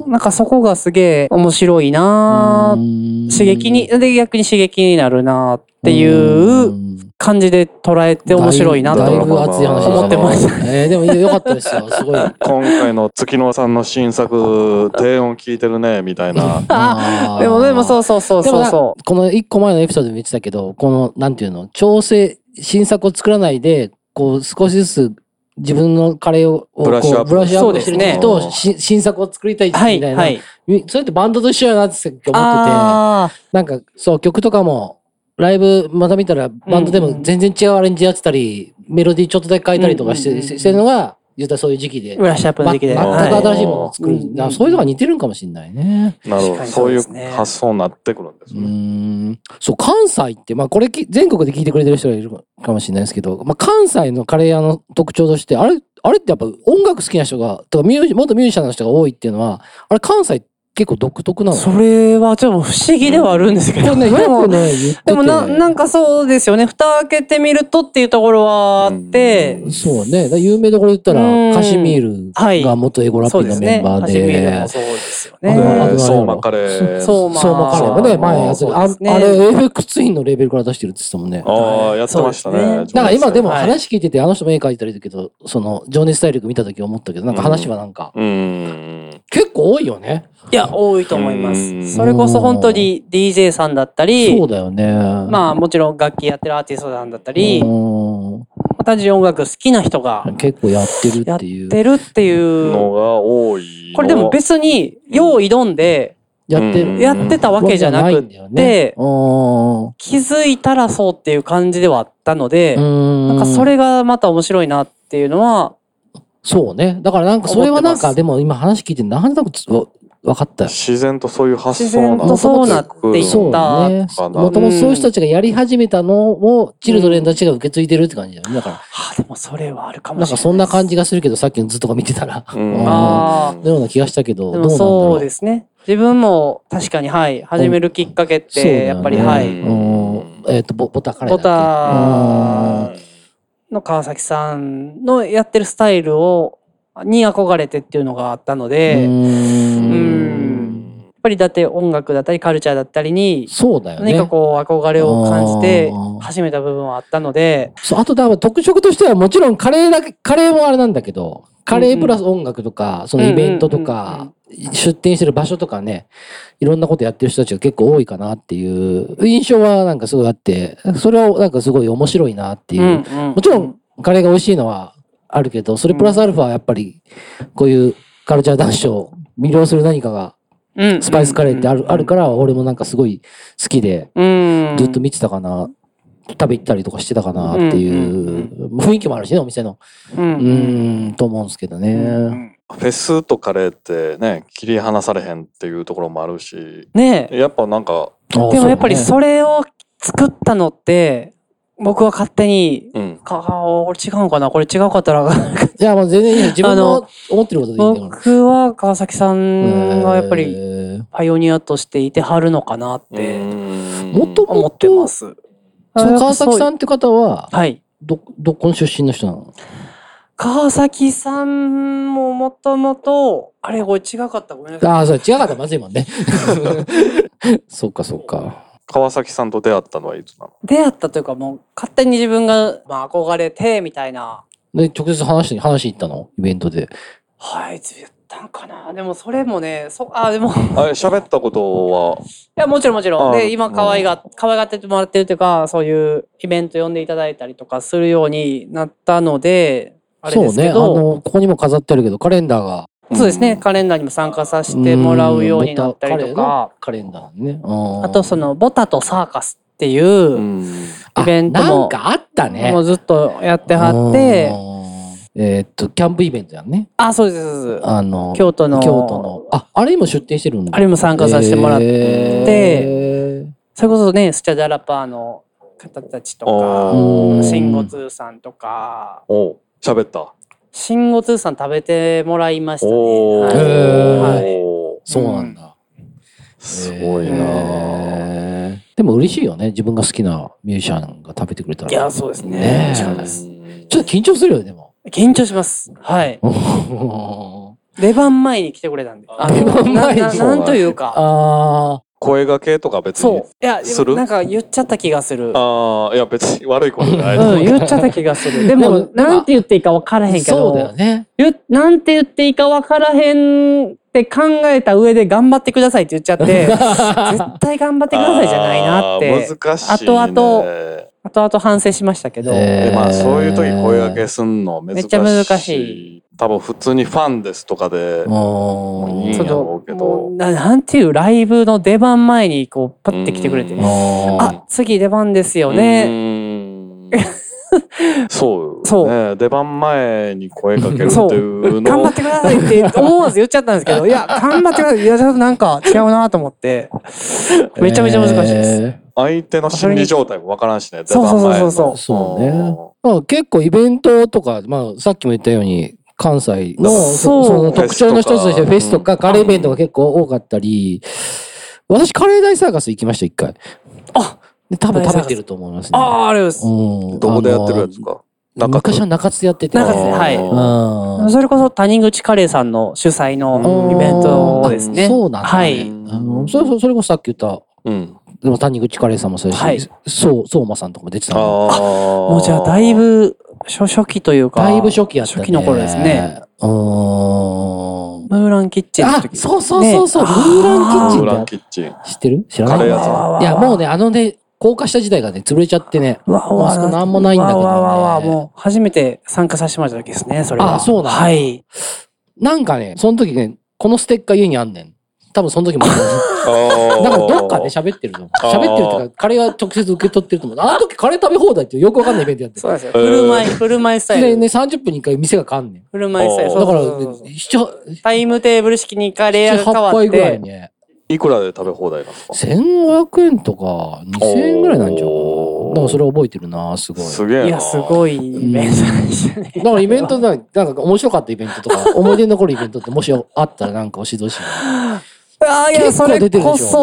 なんかそこがすげえ面白いなー刺
刺
激に、で逆に刺激になるなーっていう感じで捉えて面白いなと
だいぶ
思
だいぶ熱い話でしたね
思ってまし。
えーでもよかったですよ。すごい。
今回の月野さんの新作、低音聞いてるね、みたいな。
あー
う。でもでもそうそうそう
でも
そう
な
そ
この一個前のエピソードでも言ってたけど、この、なんていうの、調整、新作を作らないで、こう、少しずつ自分のカレーをこう
ブラッシュアップ
ブラッシュアップしてる時
そう
と、
ですね
し新作を作りたい時期
は
み
い、
たいな、
はい。
それってバンドと一緒やなって思ってて、
あ
なんかそう曲とかもライブまた見たらバンドでも全然違うアレンジやってたり、メロディーちょっとだけ変えたりとかして,、
うんうんうんうん
してるのが言ったらそういう時期で
あ、ブラッシュアップの時期で。
ま
あ
全く
はい
新しいものを作る、
はい
だからそういうのが似てるんかもしれないね。
なるほ
確か
ど。
に
そうい
そうです
う
ね
発想になってくるんです
う
ね。
ーんそう関西って、まあ、これき全国で聞いてくれてる人がいるかもしれないですけど、まあ、関西のカレー屋の特徴としてあれあれってやっぱ音楽好きな人がとかミュージ元ミュージシャンの人が多いっていうのはあれ関西結構独特なの
それはちょっと不思議ではあるんですけ
こ
ど。
れね
で
よく
も、
ね言ってて
でもな、なんかそうですよね。蓋開けてみるとっていうところはあって、
そうね。だから有名どころ言った
うん
ら、カシミー
はい
ルが元エゴラッピ
そう
ー
で
の
す
メ
ね
ン。バー
初めて
で
も。そうですよ
あ
で
のあ
ね。
と
相馬カレー
そうまあ
そう、まあ、彼もね、前やってる。あ
そうですね
あれ、FX ツインのレベルから出してるって言ってたもんね。
ああ、やってましたね。
そうです
なんか今でも
はい
話聞いてて、あの人も絵描いてるけど、その、情熱大陸見た時思ったけど、なんか話はなんか、
うん。
結構多いよね。
いや、多いと思いま
うん
す。それこそ本当に DJ さんだったり
そう、だよね。
まあもちろん楽器やってるアーティストさんだったり、
うん
単純に音楽好きな人が
結構やってる
や
っ
って
いう。
てるっていう、
のが多いのは。
これでも別に用意挑んで
やって
うん
る。
やってたわけじゃなく
んだよね
て、
うん
気づいたらそうっていう感じではあったので、
な
なんかそれがまた面白いなっていうのは、
そうね。だからなんかそれはなん
思ってま
か
す
でも今話聞いてなんとなくつわ分かったよ。
自然とそういう発
自
想
然
なん
と
だ
そうなっていっ
そう
た。
ね。
かな
もともとそういう人たちがやり始めたのをチルドレンたちが受け継いでるって感じだよね。だから、
はあ、でもそれはあるかもしれ
な
なんい。
かそんな感じがするけど、さっきの図とか見てたら、
うん
うん
あ
のような気がしたけど、
で
どうなんだ
も
ろ
そう
う。
ですね。自分も確かにはい、始めるきっかけっ
そうだよね
て、やっぱりは
う
い、
んえっと、ボボタカレーだっけ。
ボタ
うん
の川崎さんのやってるスタイルを、に憧れてっていうのがあったので、やっ
う
うん
ん。
ぱりだって音楽だったりカルチャーだったりに、
そうだよね。
何かこう憧れを感じて
あー
始めた部分はあったので、
そう、あとだから特色としてはもちろんカレーだけ、カレーもあれなんだけど、カレープラス音楽とか、そのイベントとか、出店してる場所とかね、いろんなことやってる人たちが結構多いかなっていう印象はなんかすごいあって、それをなんかすごい面白いなっていう。
うん
もちろんカレーが美味しいのはあるけど、それプラスアルファはやっぱりこういうカルチャー男子を魅了する何かが、
うん、
スパイスカレーってある,、あるからら、俺もなんかすごい好きで、
うん
ずっと見てたかな、食べ行ったりとかしてたかなっていう、雰囲気もあるしね、お店の。
う
うんーん、と思うんですけど
う
ね。
ん
フェスとカレーってね、切り離されへんっていうところもあるし、
ねえ
やっぱなんか、
でもやっぱり
う
それを作ったのって、僕は勝手に、
うん。
かこれ違うのかなこれ違うかったら、
ね。 いや、もう全然いいよ自分
あ
の思ってることでいいんだから。
僕は川崎さんがやっぱり
り、
パイオニアとしていてはるのかなっ
う
て
ん
もっと
思ってます。
その川崎さ
ん
んって方は、
はい。
ど、どこの出身の人なの
川崎さんももともと、あれ、これ違かった。ごめんなさい。
ああ、それ違かったらまずいもんね。 そっかそっか。
川崎さんと出会ったのはいつなの
出会ったというかもう勝手に自分が、まあ、憧れてみたいな
で、直接話しに、話しに行ったのイベントで。
はいいつやったんかなでもそれもねそあでも い
あれ、喋ったことは、
やもちろんもちろん
あ
で今可愛が
う。
可愛がってもらってるというかそういうイベント呼んでいただいたりとかするようになったのであれ
そ
で
う
す
ね。
け
あ
ど
の、ここにも飾ってあるけど、カレンダーが。
そうですねカレンダーにも参加させてもらうようになったりとか
カレンダーね。うん
あとそ、の「ボタとサーカス」っていううん
あ
イベントも
なんかあったね。
もうずっとやってはって
うん。えーっと、キャンプイベントやんね。
あそうですそうです
あの、
京都の
京都の。あ、あれ今出店してるんだ。
あれも参加させてもらって
えー
それこそねスチャダラパーの方たちとか
あ
うん
ー
シンゴツーさんとか、
おう喋った。
シンゴツーさん食べてもらいましたね。
お
は
へ
い
ー
はい
お
そうなんだ。
すごいなぁ
えーでも嬉しいよね。自分が好きなミュージシャンが食べてくれたら。
いや、そうです
ね
ね。
え
違い
ー
ます
ちょっと緊張するよね、で も。
緊張します。はい。出番前に来てくれたんで。あの
出番前に
なななんというか。
あ
声がけとか別に。
そう。いや、
する
なんか言っちゃった気がする。
ああ、いや別に悪いことじゃないうと
ん、
思う。
言っちゃった気がす る。で
で
も
も、
なんて言っていいか分から
あ、
へんけ
そうだよ
ど、
ね。
ゆなんて言っていいか分からへんって考えた上で頑張ってくださいって言っちゃって、絶対頑張ってくださいじゃないなって。
あー難しい、ね。
あとあと、後々反省しましたけど、
え
でまあそういう時声掛
け
けすんの難しい。
めっちゃ難しい。
多分普通にファンですとかで、もういいん
ち
や
ょ
ろ
っと
うけ
もう
ど。
な、なんていうライブの出番前に、こう、パッて来てくれて
う、ん
あ、次出番ですよ
う
ね。
ーんそう。
そう
ね。出番前に声かけるって
そう
いう
頑
の
張ってくださいって思わず言っちゃったんです けど、いや、頑張ってください。いや、ちょっとなんか違うなと思って、めちゃめちゃ難しいです。
す。
相手の心理状態もわからんしね。出
それに
番前の
そうそうそう
そうそうね。まあ結構イベントとか、まあさっきも言ったように、関西の
そう
そその特徴の一つとして
フ
フ
ェ
ェ
ス
ス
と
と
か
かカレーイベントが結構多かったり、私カレー大サーカス行きました、一回。
あ
で多分食べてると思いますね。
ああ、あれです。
うん
どこでやってるやつか。
あの
中区
昔は中津でやってて。
中津ではい
うん
それこそ谷口カレーさんの主催の
うん
イベントですね。
あそうなんだね
はい。
あのそれそそれこそさっき言った、
うん。
でも谷口カレーさんもそうだし、
はい
そう、そうまさんとかも出てた
ああ。
の
も
も
うじゃあだい、ぶ初初期というか。
だいぶ初期やったね。
初期の頃ですね。。
うーん。
ムーランキッチンの
あ
時。、
そうそうそうそう、ムーランキ
ブ
ッチ
ラ
ン
ン
って
キッチン。
知ってる知らない
カレー屋さん
いや、もうね、あのね、高架下時代がね、潰れちゃってね。
うわうわ
あそこなんもないんだけどね
わわわわもう初めて参加させてもらった時ですね、それは。
あそうなんだ
はい。
なんかね、その時ね、このステッカー家にあんねん。多分その時もある。だ
だ
からどっかで喋ってるの。
あー
喋ってるっていうか、カレーは直接受け取ってると思う。あの時カレー食べ放題ってよくわかんないイベントやって
そうなんですよ。
えー
振る舞い、振る舞いスタイ
で
ル。
ね、30分に1回店が変わんねん。
振る舞いスタイル。
あー
そ
だ
う
から、
そうそうそう
7、
タイムテーブル式にカレー屋が変
8
わっ
杯ぐらい
て、
ね。
いくらで食べ放題なんですか
1500円とか2000円ぐらいなんちゃうか
お
な。
ー
だからそれ覚えてるな、すごい。
すげえな。
いや、すごいイベントでしたね。
だからイベントだ、なんか面白かったイベントとか、 思い出に残るイベントってもしあったらなんか教えてほしいな。
あーいや、
結
そ
構
れ
出てるでし
こ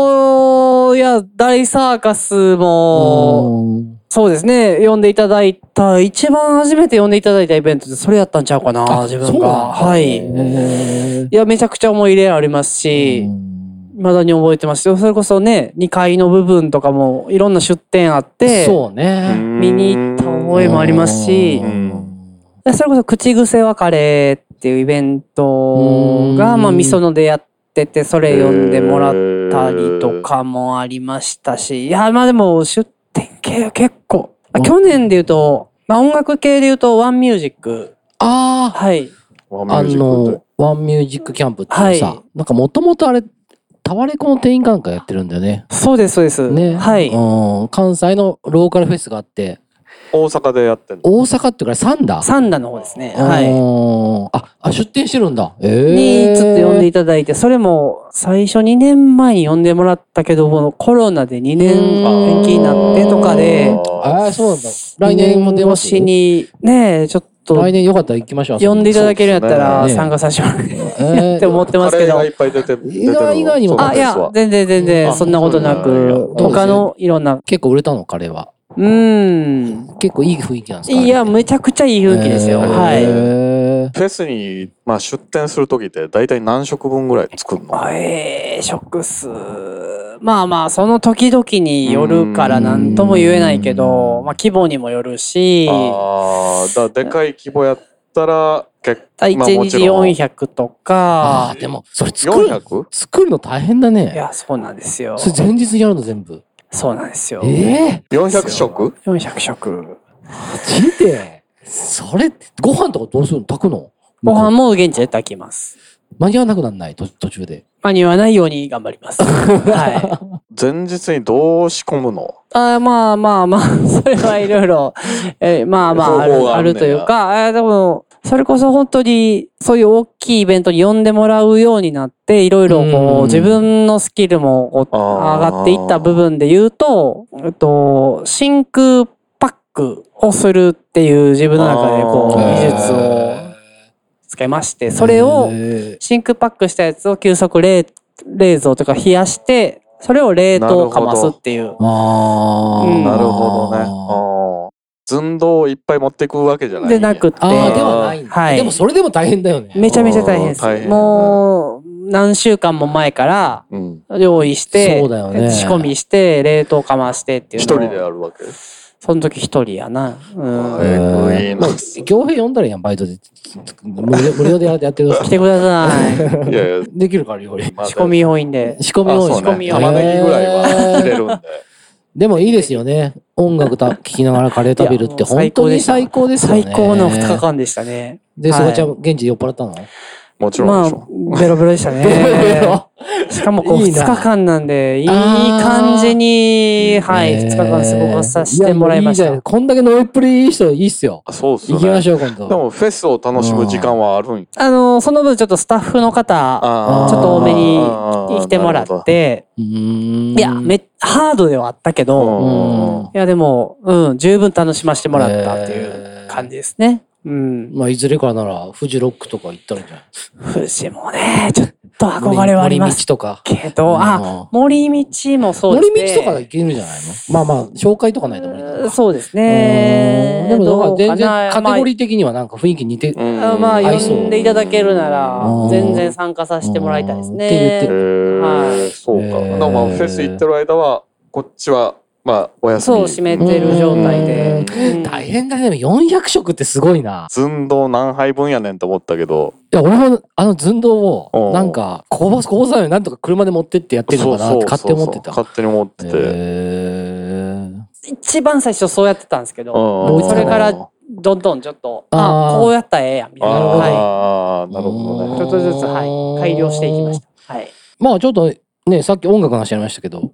ょそ
そ、いや、大サーカスも、そうですね、呼んでいただいた、一番初めて呼んでいただいたイベントで、それやったんちゃうかな、自分が。はい。い
い。
や、めちゃくちゃ思い入れありますし、未だに覚えてますよ。それこそね、2階の部分とかも、いろんな出店あって、
そうね。
見
見に行った覚えもありますし
う、ん
でそれこそ口癖はカレーっていうイベント
う
が、
ん
まあ、味噌のでやってて、それ呼んでもらったりとかもありましたし、いや、まあでも、出店系は結構、あ去年で言うと、まあ音楽系で言うと、ワンミュージック。
あ
はい。
ワンミ
あ、あ
ュージックっ
の
て、
ワンミュージックキャンプっていう
は
さ
い、
なんかもともとあれ、タワレコの店員かなんかやってるんだよね。
そうです、そうです。
ね。
はい。
うん関西のローカルフェスがあって、
大阪でやってんの
大阪っていうからサンダー
サンダの方ですね。はい。
い。あ、あ、出店してるんだ。ええ
に、ちょっと呼んで
い
いただいて、それも、最初2年前に呼んでもらったけど、このコロナで2年
うん
延期になってとかで、
あ
ああ、そうなんだ。来年も出ます
二年越しに、ねえ、ちょっと
来、年よかったら行きましょう。
呼んでいただけるんやった
そう
ら、
ですね
参加させてもらって
えー
って思ってますけど
カレーがい。っぱい出て出てる
意外以外にも
そう
あ、い
な
や
んですわ、
全然全
あ
然、そんなことな
そうなんや
く、他のいろんな、
結構売れたの、彼は。
うーん。
結構いい雰囲気なんですか
いや、
無
めちゃくちゃいい雰囲気ですよ。はい。
い。
フェスに、まあ、出店する時って大体何食分ぐらい作るの
ええ食数。まあまあ、その時々によるから何とも言えないけど、まあ規模にもよるし、
ああ、だからでかい規模やったら、結
1日400と
ああ、
か、
でも、それ作る、
400?
作るの大変だ
い
ね。
や、そうなんですよ。
それ前日にやるの全部。
そうなんですよ。
ええ
400食
400食。
マジでそれ、ご飯とかどうするの炊くの
ご飯も現地で炊きます。
間に合わなくなんない、と途中で。
間に合わないように頑張り ます。はい。
前日にどう仕込むの
あーまあまあ まあ、それはいろいろ、えーまあまああ
方法
る、
があ
あ
んねん
る
な
というか、えーでも、それこそ本当に、そういう大きいイベントに呼んでもらうようになって、いろいろ
う
こ
ん
う、自分のスキルもこう
あー
上がっていった部分で言うと、えっと、真空パックをするっていう自分の中でこう、
あー
技術をつけまして、それを、
え
真空パックしたやつを急速冷冷蔵とか冷やして、それを冷凍かますっていう
ー。ああ、
うん
なるほどね。ああ寸胴をいっぱい持っていくわけじゃない。
でなくって。
ああ、ではないんだ。
はい
でもそれでも大変だよね。
めちゃめちゃ大変で
あー大
す。
変
もう、何週間も前から
うん。
用意して、
そうだよね
仕込みして、冷凍かましてっていう
一
のを
人でやるわけ。
その時一人やな。う
は
ん。
えー
えーまあ行兵呼んだらいいやん、バイトで。無料無料でやってくださ
来
い。
てくださ い。
いやいや、
できるから、料理。
まあ
仕込み多いんで。
仕込み
あ
多い
そう
仕込
ね。
み
多い
玉ねぎぐらいは入れるんで。
でもいいですよね。音楽た聴きながらカレー食べる って本当に最高ですよね。
最高の2日。間でしたね。
で、
はい
そこちゃん、現地で酔っ払ったの
もちろん
ま
で
あ
しょ。、
ベロベロでし たね。しかもこう
いい
2
な
日間なんで、いい
あー
感じに、はい、
ね
2
え
日間過ごさせてもらいまし
や
た
もういいじゃん。こんだけ飲みっぷりいい人いいっすよ。
そうっす
行
よ
きま
ね。
しょう、今
で
度。
もフェスを楽しむ時間はあるんや。
あの、その分ちょっとスタッフの方、
あー
ちょっと多めに
あー
来てもらっ。て、
うーん
いや、めっハードではあったけ
なる
ど、
ほ
うん
ど
いや、でも、うん、十分楽しませてもらったっていう感じですね。うん。
まあ、いずれかなら、フジロックとか行ったらいいんじゃない
富士もね、ちょっと憧れはありま
森
す
道とか。
けど、あ、森道もそうです
森
ね。
道とか行けるんじゃないのまあまあ、紹介とかないと無理だ
うんそうですね。
でも、なんか全
どうな
然、カテゴリ
ま
ー的にはなんか雰囲気似てる。
うん
あ、まあ、
合いそう
呼んでいただけるなら
うん、
全然参加させてもらいたいです
うんって言っ
ね
て。
へー
はい
そうか。
へー
だからまあフェス行ってる間は、こっちは、まあ、お休み。
そう、閉めてる状態で。うん
大変だね。でも400食ってすごいな。
寸胴何杯分やねんと思ったけど、
いや、俺もあの寸胴
う
を、
ん
なんか、こぼす、こぼさないようになんとか車で持ってってやってるのかなって勝手に思ってた。
勝手に思ってて。
へー
一番最初そうやってたんですけど、
もう一
あ
個
ー
それから、どんどんちょっと、
あー
あこうやったらええやん、みたいな。は
ああ、なるほど
い。
ね
ち。ょっとずつ、はい。改良していきました。はい。
まあちょっとね、さっき音楽の話ありましたけど、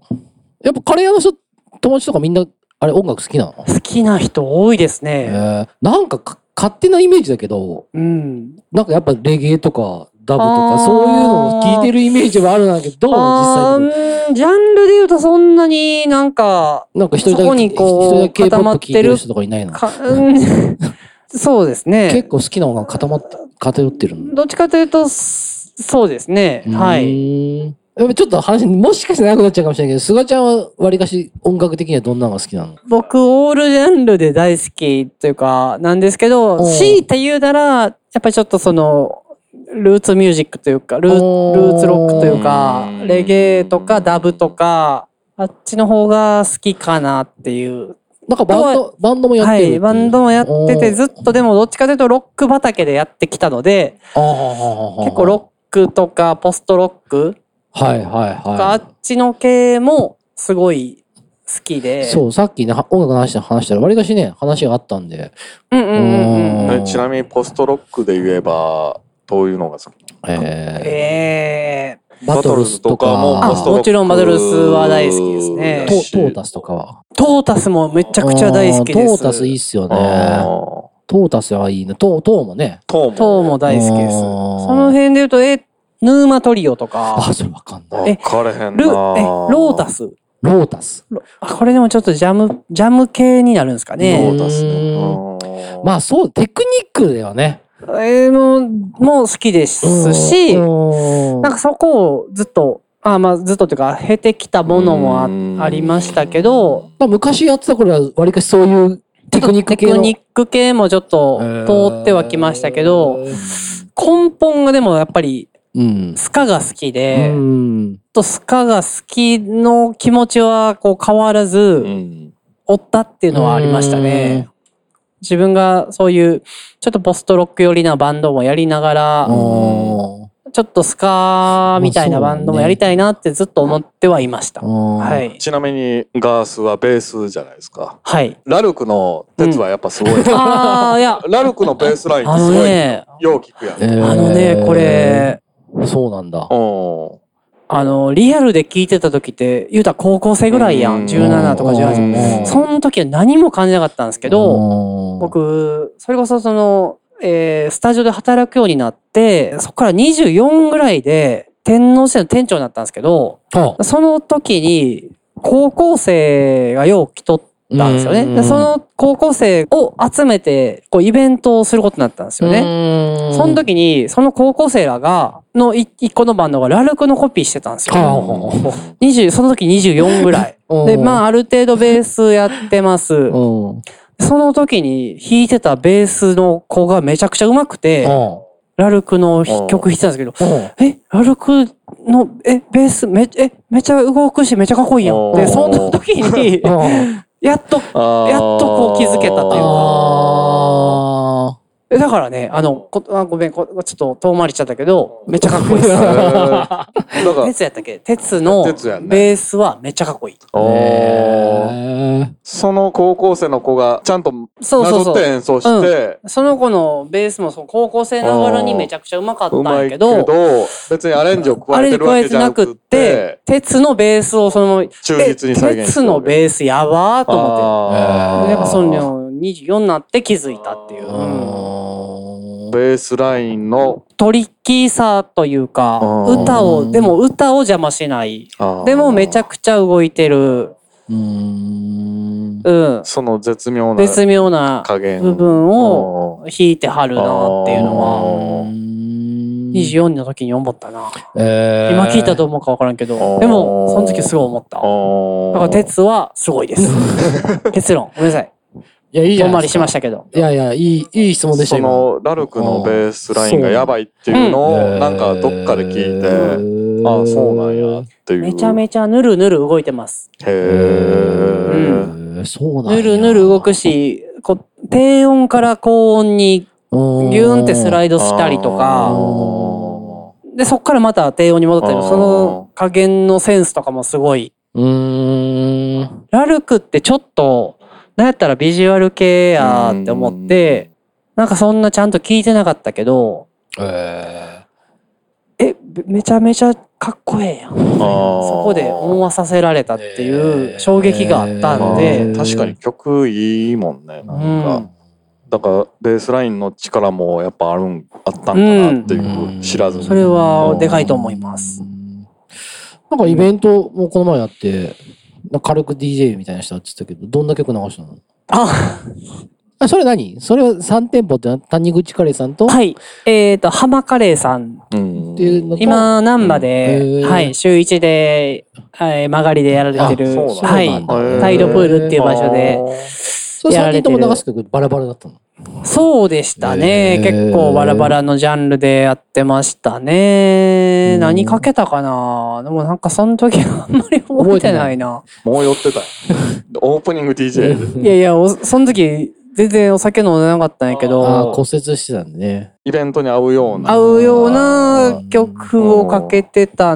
やっぱカレー屋の人、友達とかみんな、あれ音楽好きなの
好きな人多いです
え
ね。
ー、なんかか勝手なイメージだけど、
うん。
なんかやっぱレゲエとかダブと
あ
か
ー
そういうのを聞いてるイメージはあるんだけど、どう
あ
実際
ーうんジャンルで言うとそんなになんか、
なんか一人だ
そこ
け、
に
一
こう
人だけ K-POP
固ま
聴
っ
い
てる
てる人とかいないの
かうん そうですね。
結構好きな音が固まって、偏ってるんだ。
どっちかというと、すそうですね。は
う
い。
ーん。やっぱちょっと話、もしかして長くなっちゃうかもしれないけど、菅ちゃんはわりかし音楽的にはどんなのが好きなの
僕、オールジャンルで大好きというか、なんですけど、
おう
強いて言うなら、やっぱりちょっとその、ルーツミュージックというか、ルール
おー
ーツロックというか
う、ん
レゲエとかダブとか、あっちの方が好きかなっていう。
なんかバンド、バンドもやっ
は
てるってい
い、
う
バンドもやって
お
て、
ー
ずっとでもどっちかというとロック畑でやってきたので、
結
結構ロックとかポストロック
はいはい
とか、あ
は
っちの系もすごい好き
い。
で。
そう、さっきね、は音楽の話で話したら、わりかしね、話があったんで、
うんうんうんうん。
うん
えちなみにポストロックで言えば、どういうのが好き
え
ええ
ー、バトルズとか、
バトルズとかもポストロック
あもちろんバトルズは大好きですね
トトータスとかは。
トータスもめちゃくちゃ大好きです。
あートータスいいっすよね。
あー
トータスはいいね。トー、トーもね。
トーン
トーも大好きです。
あー
その辺で言うと、え、ヌーマトリオと
あ、
か、
それわかんない。
分かれへんな
ル、え、ロータス。
ロータス。
ロあこれでもちょっとジャム、ジャム系になるんですか
ロ
ね。
ータスねうん
まあそう、テクニックだよね。
えー、もう、もう好きですし、
うん
なんかそこをずっと、あまあずっとというか、経てきたものも
うん
あありましたけど、
まあ昔やってた頃は、わりかしそういうテクニック系
テク
の。
ニック系もちょっと通ってはきましたけど、根本がでもやっぱり
うん。
スカが好きで、
う
ちょっ
ん。
とスカが好きの気持ちはこう変わら
う
ず、
ん
追ったっていうのはありましたね。自分がそういう、ちょっとポストロック寄りなバンドもやりながら、
うん
ちょっとスカみたいなバンドもやりたいなってずっと思ってはいました。は
はい。
い。
ちなみにガースはベースじゃないですか。
はい。
ラルクの鉄はやっぱすごい。
ああ、いや、
ラルクのベースラインっ
あ
てす
の
ごい。
ね、
よう聞くやん。
え
うん
ー
あのね、こ。れ、
そうなんだ。
あの、リアルで聞いてた時って、言うたら高校生ぐらいや
うん
ん。17とか18。
うん
その時は何も感じなかったんですけど、
ど、
僕、それこそその、えースタジオで働くようになって、そこから24ぐらいで、天皇市の店長になったんですけど、
あ
その時に、高校生がよう来とったんですよね。
うん
でその高校生を集めて、こう、イベントをすることになったんですよね。
ね
その時に、その高校生らが、のい一個のバンドがラルクのコピーしてたんです
あ。
よ。20、その時24ぐらい で、ま
あ
あ、ある程度ベースやってます
う。ん、うん
その時に弾いてたベースの子がめちゃくちゃ上手くて、ラルクの
うん
曲弾いてたんですけど、
うん
え、ラルクの、え、ベースめ、え、めちゃ動くしめちゃかっこいいやん。
う
で、
ん
その時に、
うん
やっと、
あー
やっとこう気づけたっていうか
あ
えだからね、あの、こあごめんこ、ちょっと遠回りしちゃったけど、めっちゃかっこい いで
ー
す。
だから
鉄やったっけ鉄の
鉄やんね
ベースはめっちゃかっこいい。
あーその高校生の子がちゃんとな
そうそ
ぞ
うそ
っ
う
て演奏して、
その子のベースもそう高校生ながらにめちゃくちゃうまかっ
う
たん
まい
や
け
け
ど
ど、
別にアレンジを加
あ
え
れ
て
に
るわ
加
け
え
じ
て
ゃ
な
な
く
く
ってて、鉄のベースをそのまま、
忠実に再現して
え鉄のベースやばーと思って。
あー
やっぱその24になって気づいたっていう。うん
ベースラインの
トリッキーさというか
あ、ー
歌を、でも歌を邪魔しない。でもめちゃ
く
くちゃ動いてる。
うん。
うん。
その絶妙な
絶妙な
加減
部分を
を
弾いてはるなっていうのは、24の時に思ったな。今聞いたと思うか分からんけ
あ
ど、
ー
でも、その時すごい思った。だから、鉄はすご いです。結論。ごめんなさい。
いや、いいじゃ
遠
な
回
い
り
です
し
か
ましたけど。
いやいや、いい、いい質問でした
そ
今
のラルクのベースラインがやばいっていうのをなんかどっかで聞いて、ああそうなんやっていう
めちゃめちゃぬるぬる動いてます。
へえ、
え。そうなんや
ぬるぬる動くし、こう低音から高音にギューンってスラ
イ
イドしたりと
あ
か、
ー
で、そっからまた低音に戻ったり、
あー
その加減のセンスとかもすごい。
ド。うーん。
ラルクってちょっと、なんやったらビジュアル系やーって思って、なんかそんなちゃんと聞いてなかったけど、
え
え、めめちゃめちゃかっこええやん。
あー
そこで思わさせられたってい
えー
う衝撃があったん
え
で
ー、
あー確かに曲いいもんねなんか、
うん
だからベースラインの力もやっぱあるんあったんかなっていう、
うん
知らずに
それはでか
ー
いと思います。
なんかイベントもこの前やって、なんか軽く DJ みたいな人やってたけど、どんな曲流したの
あ、
あ、それ何それは3店舗ってな谷口カレーさんと、
はい。えっ、と、ハマカレーさん。
うん
っていうのと、
今、難波で、
うんへー
はい、週1で、はい、曲がりでやられて
あ
る、
そうなんだ
は
そうなん
い
だ、
タイドプールっていう場所で
あー
それ3人とも流す曲バラバラだったの。
そうでした
へ
ね。
ー
結構バラバラのジャンルでやってましたね。
うん
何かけたかなでもなんかその時はあんまり覚えてないな。
もう寄ってたよオープニング DJ で
いやいや、おその時全然お酒飲んでなかったんやけ
ああ、骨
ど、
折してたんでね。
イベントに合うような
合うような曲をかけてた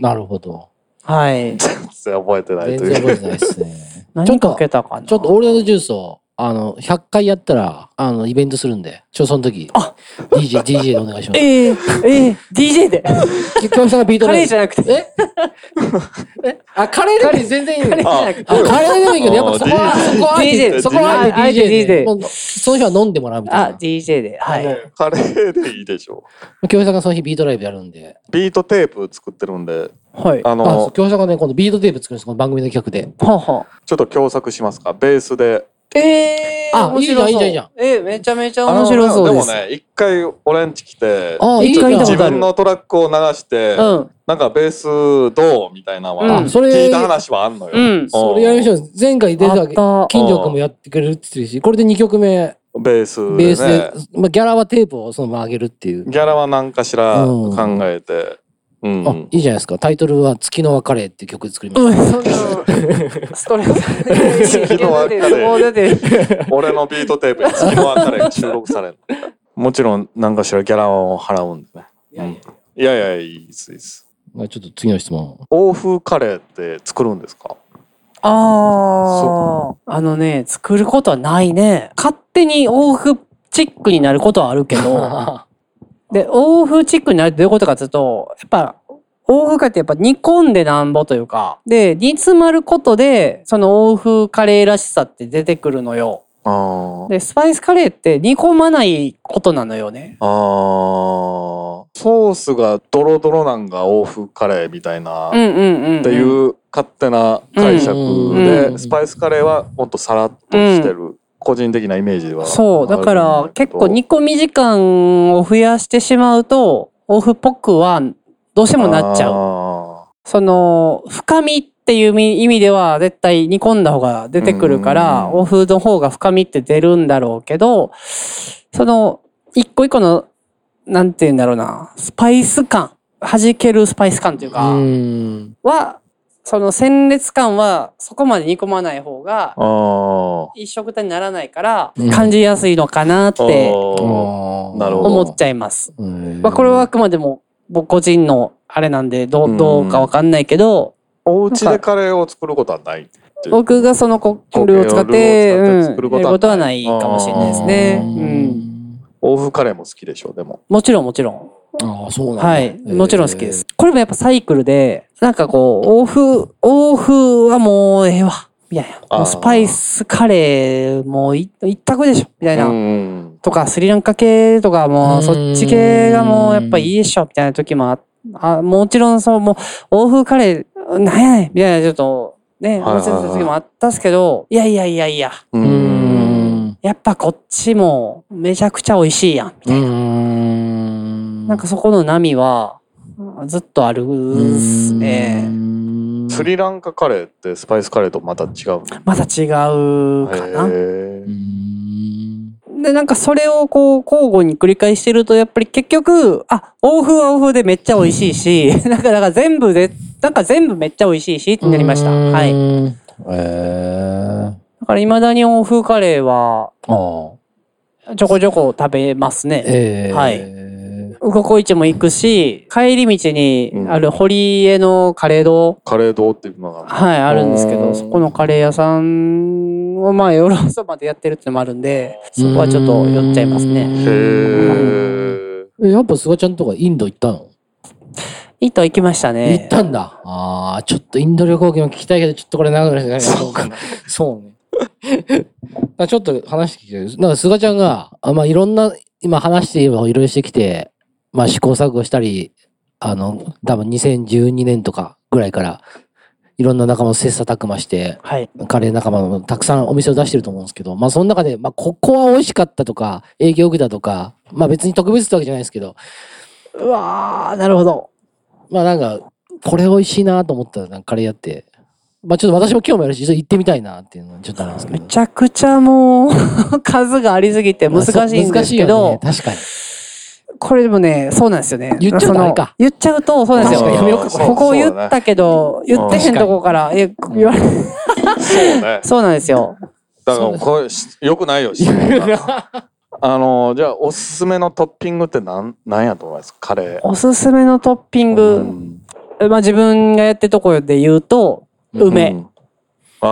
な
なるほど。
はい。
全然覚えてな
全
いという
然覚えてないです ね。ちょっ
何か
と
け、たかな
ちょっとオールナイトジュースを、あの、100回やったら、あの、イベントするんで、ちょ、その時、DJ、DJ でお願いします。
ええええ DJ で。
ききょうさんがビート
カ
で
レーじゃなくて。
ええあ、カレーでも全然いいの
カレーじゃなくて。
あ、カレーでもいいけど、やっぱそこは、そこはあえて、
DJ
そこはあえて DJ で
DJ
もうその日は飲んでもらうみたい
あ
な、。
DJ で。はい。
カレーでいいでしょ
京平さんがその日ビートライブやるんで。
うビートテープ作ってるんで
はい。は
あ、そ
あ
う京
の
平さんがね、今度ビートテープ作るんです、この番組の企画で。
あはあ
ちょっと共作しますかベースで
えー、
あ
面白そう
いいじゃんいいじゃんい
えーめちゃめちゃ面白そうです。
あのもね一回俺んち来て
あ
一回
いい
見た
じ
自
こ
ゃん
とある
分のトラックを流して、
うん。
なんかベースどうみたいなのは、
うん
それ
聞いた話はあんのよ。
うん
それやりましょう。前回出た
あった
金城君もやってくれるって言ってるし、これで2曲目、
うんベースで、ね、
ベースで、まあ、ギャラはテープをそのまま上げるっていう。
ギャラは何かしら
う
考
ん
えて、うん
あ、いいじゃないですか。タイトルは月の別れっていう曲作りました。
うん、そんな、ストレス。
昨日は
もうだ って、
俺のビートテープに月の別れが収録される。もちろん何かしらギャラを払うんでね。うんいやいや、いいです、いいです。
まあちょっと次の質問。
欧風カレーって作るんですか
ああ、あのね、作ることはないね。勝手にオフチックになることはあるけど、 で、オフチックになるってどういうことかというと、やっぱ、欧風カレーってやっぱ煮込んでなんぼというか、で、煮詰まることで、その欧風カレーらしさって出てくるのよ。
あー
で、スパイスカレーって煮込まないことなのよね。
あー。ソースがドロドロなんが欧風カレーみたいな。
うんうんうん、うん。
っていう勝手な解釈で、
うん
スパイスカレーはもっとさらっとしてる、個人的なイメージでは
そう、だから結構煮込み時間を増やしてしまうと、オフっぽくはどうして
で
もなっちゃう。
う
その、深みっていう意味では絶対煮込んだ方が出てくるか
う
ら、
ん
オフの方が深みって出るんだろうけど、その、一個一個の、なんて言うんだろうな、スパイス感、弾けるスパイス感というか、
うん。
は、その鮮烈感はそこまで煮込まない方が
あ
一色たにならないから
うん
感じやすいのかなっ
あ。
て
なるほ
思っちゃいます。
ゃう。
まあこれはあくまでも僕個人のあれなんでどうどうかわかんないけど、
お家でカレーを作ることはない。
僕がそのコッルーを使っ
コ
て、
ッルーを使って
うん、
作る
る
こ
こと
は
とはないかもしれないですね。
う
うん。
ん。
オフカレーも好きでしょ、でも。
もちろんもちろん。
ああ、そうなんだ。
はい。もちろん好きで
え
す。これもやっぱサイクルで、なんかこう、欧風、欧風はもうええわ。みたい
あー
な。もうスパイスカレーもうい一択でしょ。みたいな。
うん。
とか、スリランカ系とか、
う
もう、
ん
そっち系がもう、やっぱいいでしょ、みたいな時もあ、あもちろん、そう、もう、欧風カレー、なんやねん、みたいな、ちょっと、ね、
はいはい
思
はい
っちゃった時もあったっすけど、いやいやいやいや、
う
ーうーん。
やっぱこっちも、めちゃくちゃ美味しいやん。
うーん。
なんかそこの波は、ずっとあるっす
うー
ね。
ん
スリランカカレーってスパイスカレーとまた違うの
また違うかな。
へ
うーん
で、なんかそれをこう、交互に繰り返してると、やっぱり結局、あ、欧風は欧風でめっちゃ美味しいし、 なんか、だから全部で、なんか全部めっちゃ美味しいし、ってなりました。
うーん
はい。だ
へえ。
から未だに欧風カレーは、
ああ。
ちょこちょこ食べますね。
ええ。
はいうここいちも行くし、帰り道に
うん
ある堀江のカレー堂、
カレー堂っていうのが。
はい、あるんですけ
う
ど、
ん
そこのカレー屋さんを、まあ、夜遅くまでやってるってのもあるんで、そこはちょっと寄っちゃいますね。
へえ。
え。やっぱ菅ちゃんとかインド行ったの
インド行きましたね。
行ったんだ。ああ、ちょっとインド旅行記も聞きたいけど、ちょっとこれ長くなるんじゃないかな
そうかな。
そうね。 あちょっと話聞きたいです。なんか、菅ちゃんが、あまあ、いろんな、今話して今いろいろしてきて、まあ、試行錯誤したり、あの、多分2012年とかぐらいから、いろんな仲間を切磋琢磨して、
はい。
カレー仲間もたくさんお店を出してると思うんですけど、まあその中で、まあここは美味しかったとか、営業受けたとか、まあ別に特別ってわけじゃないですけど、
うわー、なるほど。
まあなんか、これ美味しいなと思ったらなんかカレーやって、まあちょっと私も興味あるし、ちょっと行ってみたいなっていうのはちょっとあるんですけ
め
ど。
ちゃくちゃもう 数がありすぎて難しいんですけど、
まあそう難しいよね、確かに。
これでもね、そうなんですよね。
言っちゃうと
その
あれか
言っちゃうと、そうなんです
確かにやめよ
よ。
うかこれ
ここ言ったけ
そうだ
ど、
ね
言ってへんとこから、え、言われ、
そうね。
そうなんですよ。
だからこれし良くないよ。 質問があのじゃあおすすめのトッピングってなんなんやと思いますかカレー。
おすすめのトッピン
う
グ、
ん
まあ自分がやってるとこで言うと、
う
梅。
ん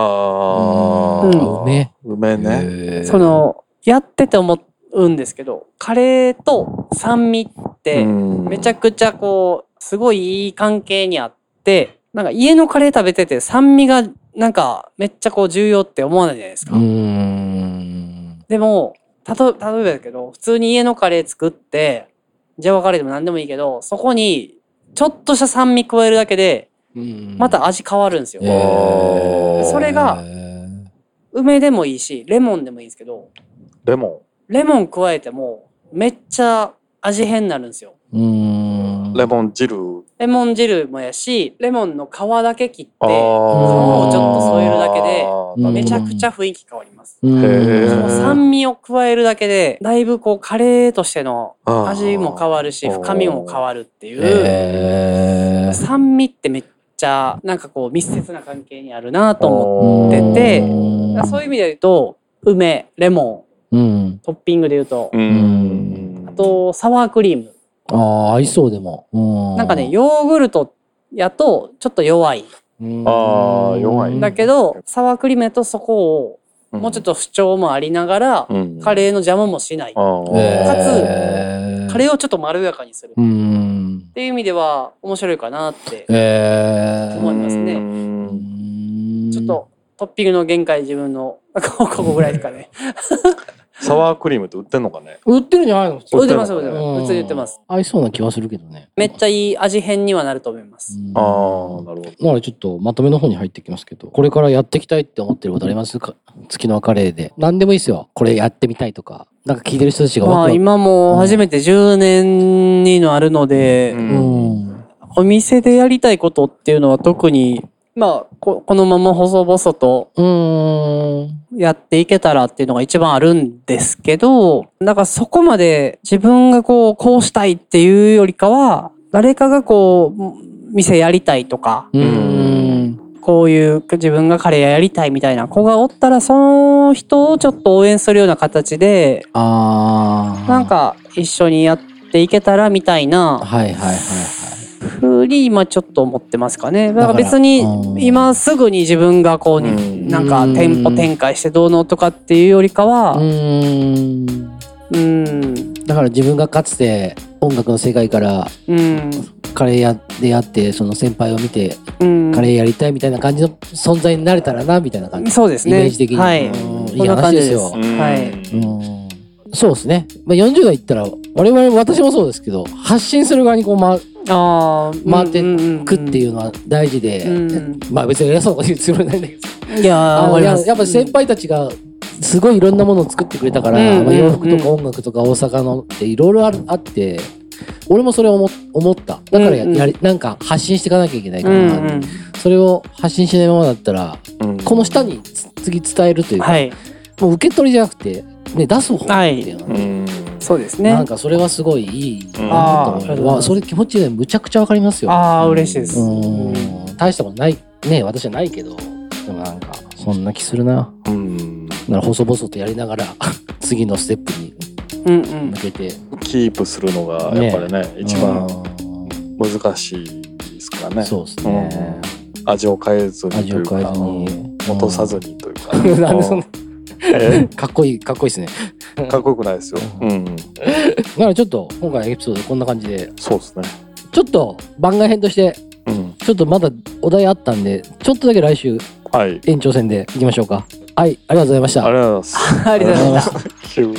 ああ、
うん
梅。
梅ね。
ね
そ、の、やってて思うんですけど、カレーと酸味って、め
め
ちゃくちゃこう、すごいいい関係にあって、なんか家のカレー食べてて酸味がなんかめっちゃこう重要って思わないじゃないですか。
うーん。
でも、たと、例えばだけど、普通に家のカレー作って、ジャワカレーでも何でもいいけど、そこにちょっとした酸味加えるだけで、また味変わるんですよ。
えー、
それが梅でもいいし、レモンでもいいんですけど、
レモ
レモン加えてもめっちゃ味変になるんですよ。
うーん。
ンレモン汁。
レモン汁もやし、レモンの皮だけ切って、
あー
をちょっと添え
るだけで
なるほど
うん
めちゃくちゃ雰囲気変わります。
うん
へー
その酸味を加えるだけで、だいぶこうカレーとしての
あー
味も変わるし、
あー
深みも変わるっていう、
えー
酸味ってめっちゃなんかこう密接な関係にあるなと
思
思ってて
うん
って、そういう意味で言うと、梅、レモ
うん。
ン、トッピングで言うと
う、ん。
あとサワークリーム。
ああ、合いそうでも。う
なんかね、、ヨーグルトやとちょっと弱い。
うん
あー弱い
だけど、サワークリームやとそこをもうちょっと主張もありながら、
うん
カレーの邪魔もしない。カ
あ
かつ
えー
レーをちょっとまろやかにする。っ
うん。
ていう意味では面白いかなって。
え
思いますね
ー
ね。
ちょっとトッピングの限界自分の、 ここぐらいですかね。
サワークリームって売ってんのかね。
売ってるんじゃないの普通
売ってます、売
売って
って
る
ます。普通に売ってます。。
合いそうな気はするけどね。
めっちゃいい味変にはなると思います。
うん
ああ、なるほど。
なのでちょっとまとめの方に入ってきますけど、これからやっていきたいって思ってることありますか月のカレーで。何でもいいですよ。これやってみたいとか。なんか聞いてる人たちが
ま
ワ
あ
クワク
今も初めて10年にのあるので、
うん
うん。
お店でやりたいことっていうのは特に、まあこ、このまま細々と
うーん。
やっていけたらっていうのが一番あるんですけど、だからそこまで自分がこう、こうしたいっていうよりかは、誰かがこう、店やりたいとか、
うーん。
こういう自分がカレーやりたいみたいな子がおったら、その人をちょっと応援するような形で、
ああ。
なん。か一緒にやっていけたらみたいな
はいはいはいはい。
ふうに今ちょっと思ってますかね。だ
だ
か
からら
別に
うん
今すぐに自分がこう、
うん
なんか店舗展開してどうのとかっていうよりか
う
は、
ーん。
うん、
だから自分がかつて音楽の世界から
うん、
カレー屋でやって、その先輩を見て
うん。
カレーやりたいみたいな感じの存在になれたらな、みたいな感じ。
そうですね。
イメージ的に。
はい。
うんい
こん
い
な感
話
じ
です
です
よ。
はい
うんそうですね。まあ、40代いったら、我々、私もそうですけど、発信する側にこう、ま、
ああ、
回って
い
くっていうのは大事で、
うん
まあ別に偉そうなこと言うつもりないんだけど、
いやー、
あ
わ
の
か
い
り
や
ます。
やっぱ先輩たちが、すごいいろんなものを作ってくれたから、
うん
まあ、洋服
うん
とか音楽とか大阪のっていろいろあるあって、俺もそれを思思った。だからや,、
うんうん
り、なんか発信していかなきゃいけないか
うん
ら、
うん
それを発信しないままだったら、
うん
この下につ次伝えるというか、
はい。
もう受け取りじゃなくて、ね、出す方っていうのがね
うん
そうです
な
ね
ん。かそれはすごいいい
う
なと思
ん
い
あ
ま
ー
すわそれ気持ちでむちゃくちゃわかりますよ。
ああ、嬉しいです。
うん大したことないね私はないけどでもなんかそんな気するな。
うん
なら細々とやりながら 次のステップに
うんうん
向。けて、
キープするのがやっぱりね一番
う
難しいですから
ん
ね
そうですね。
味を変えずに
味
とい
を
うか
変えずに
落とさずにというかね
なんでそんな
え
かっこいいかっこいいですね。
かっこよくないですようん
なのでちょっと今回のエピソードこんな感じで
そうですね
ちょっと番外編として
うん
ちょっとまだお題あったんでちょっとだけ来週
はいあり
延長戦でいきましょうか。はいありがとうございました。
がとうございま す
ありがとうございました。
急に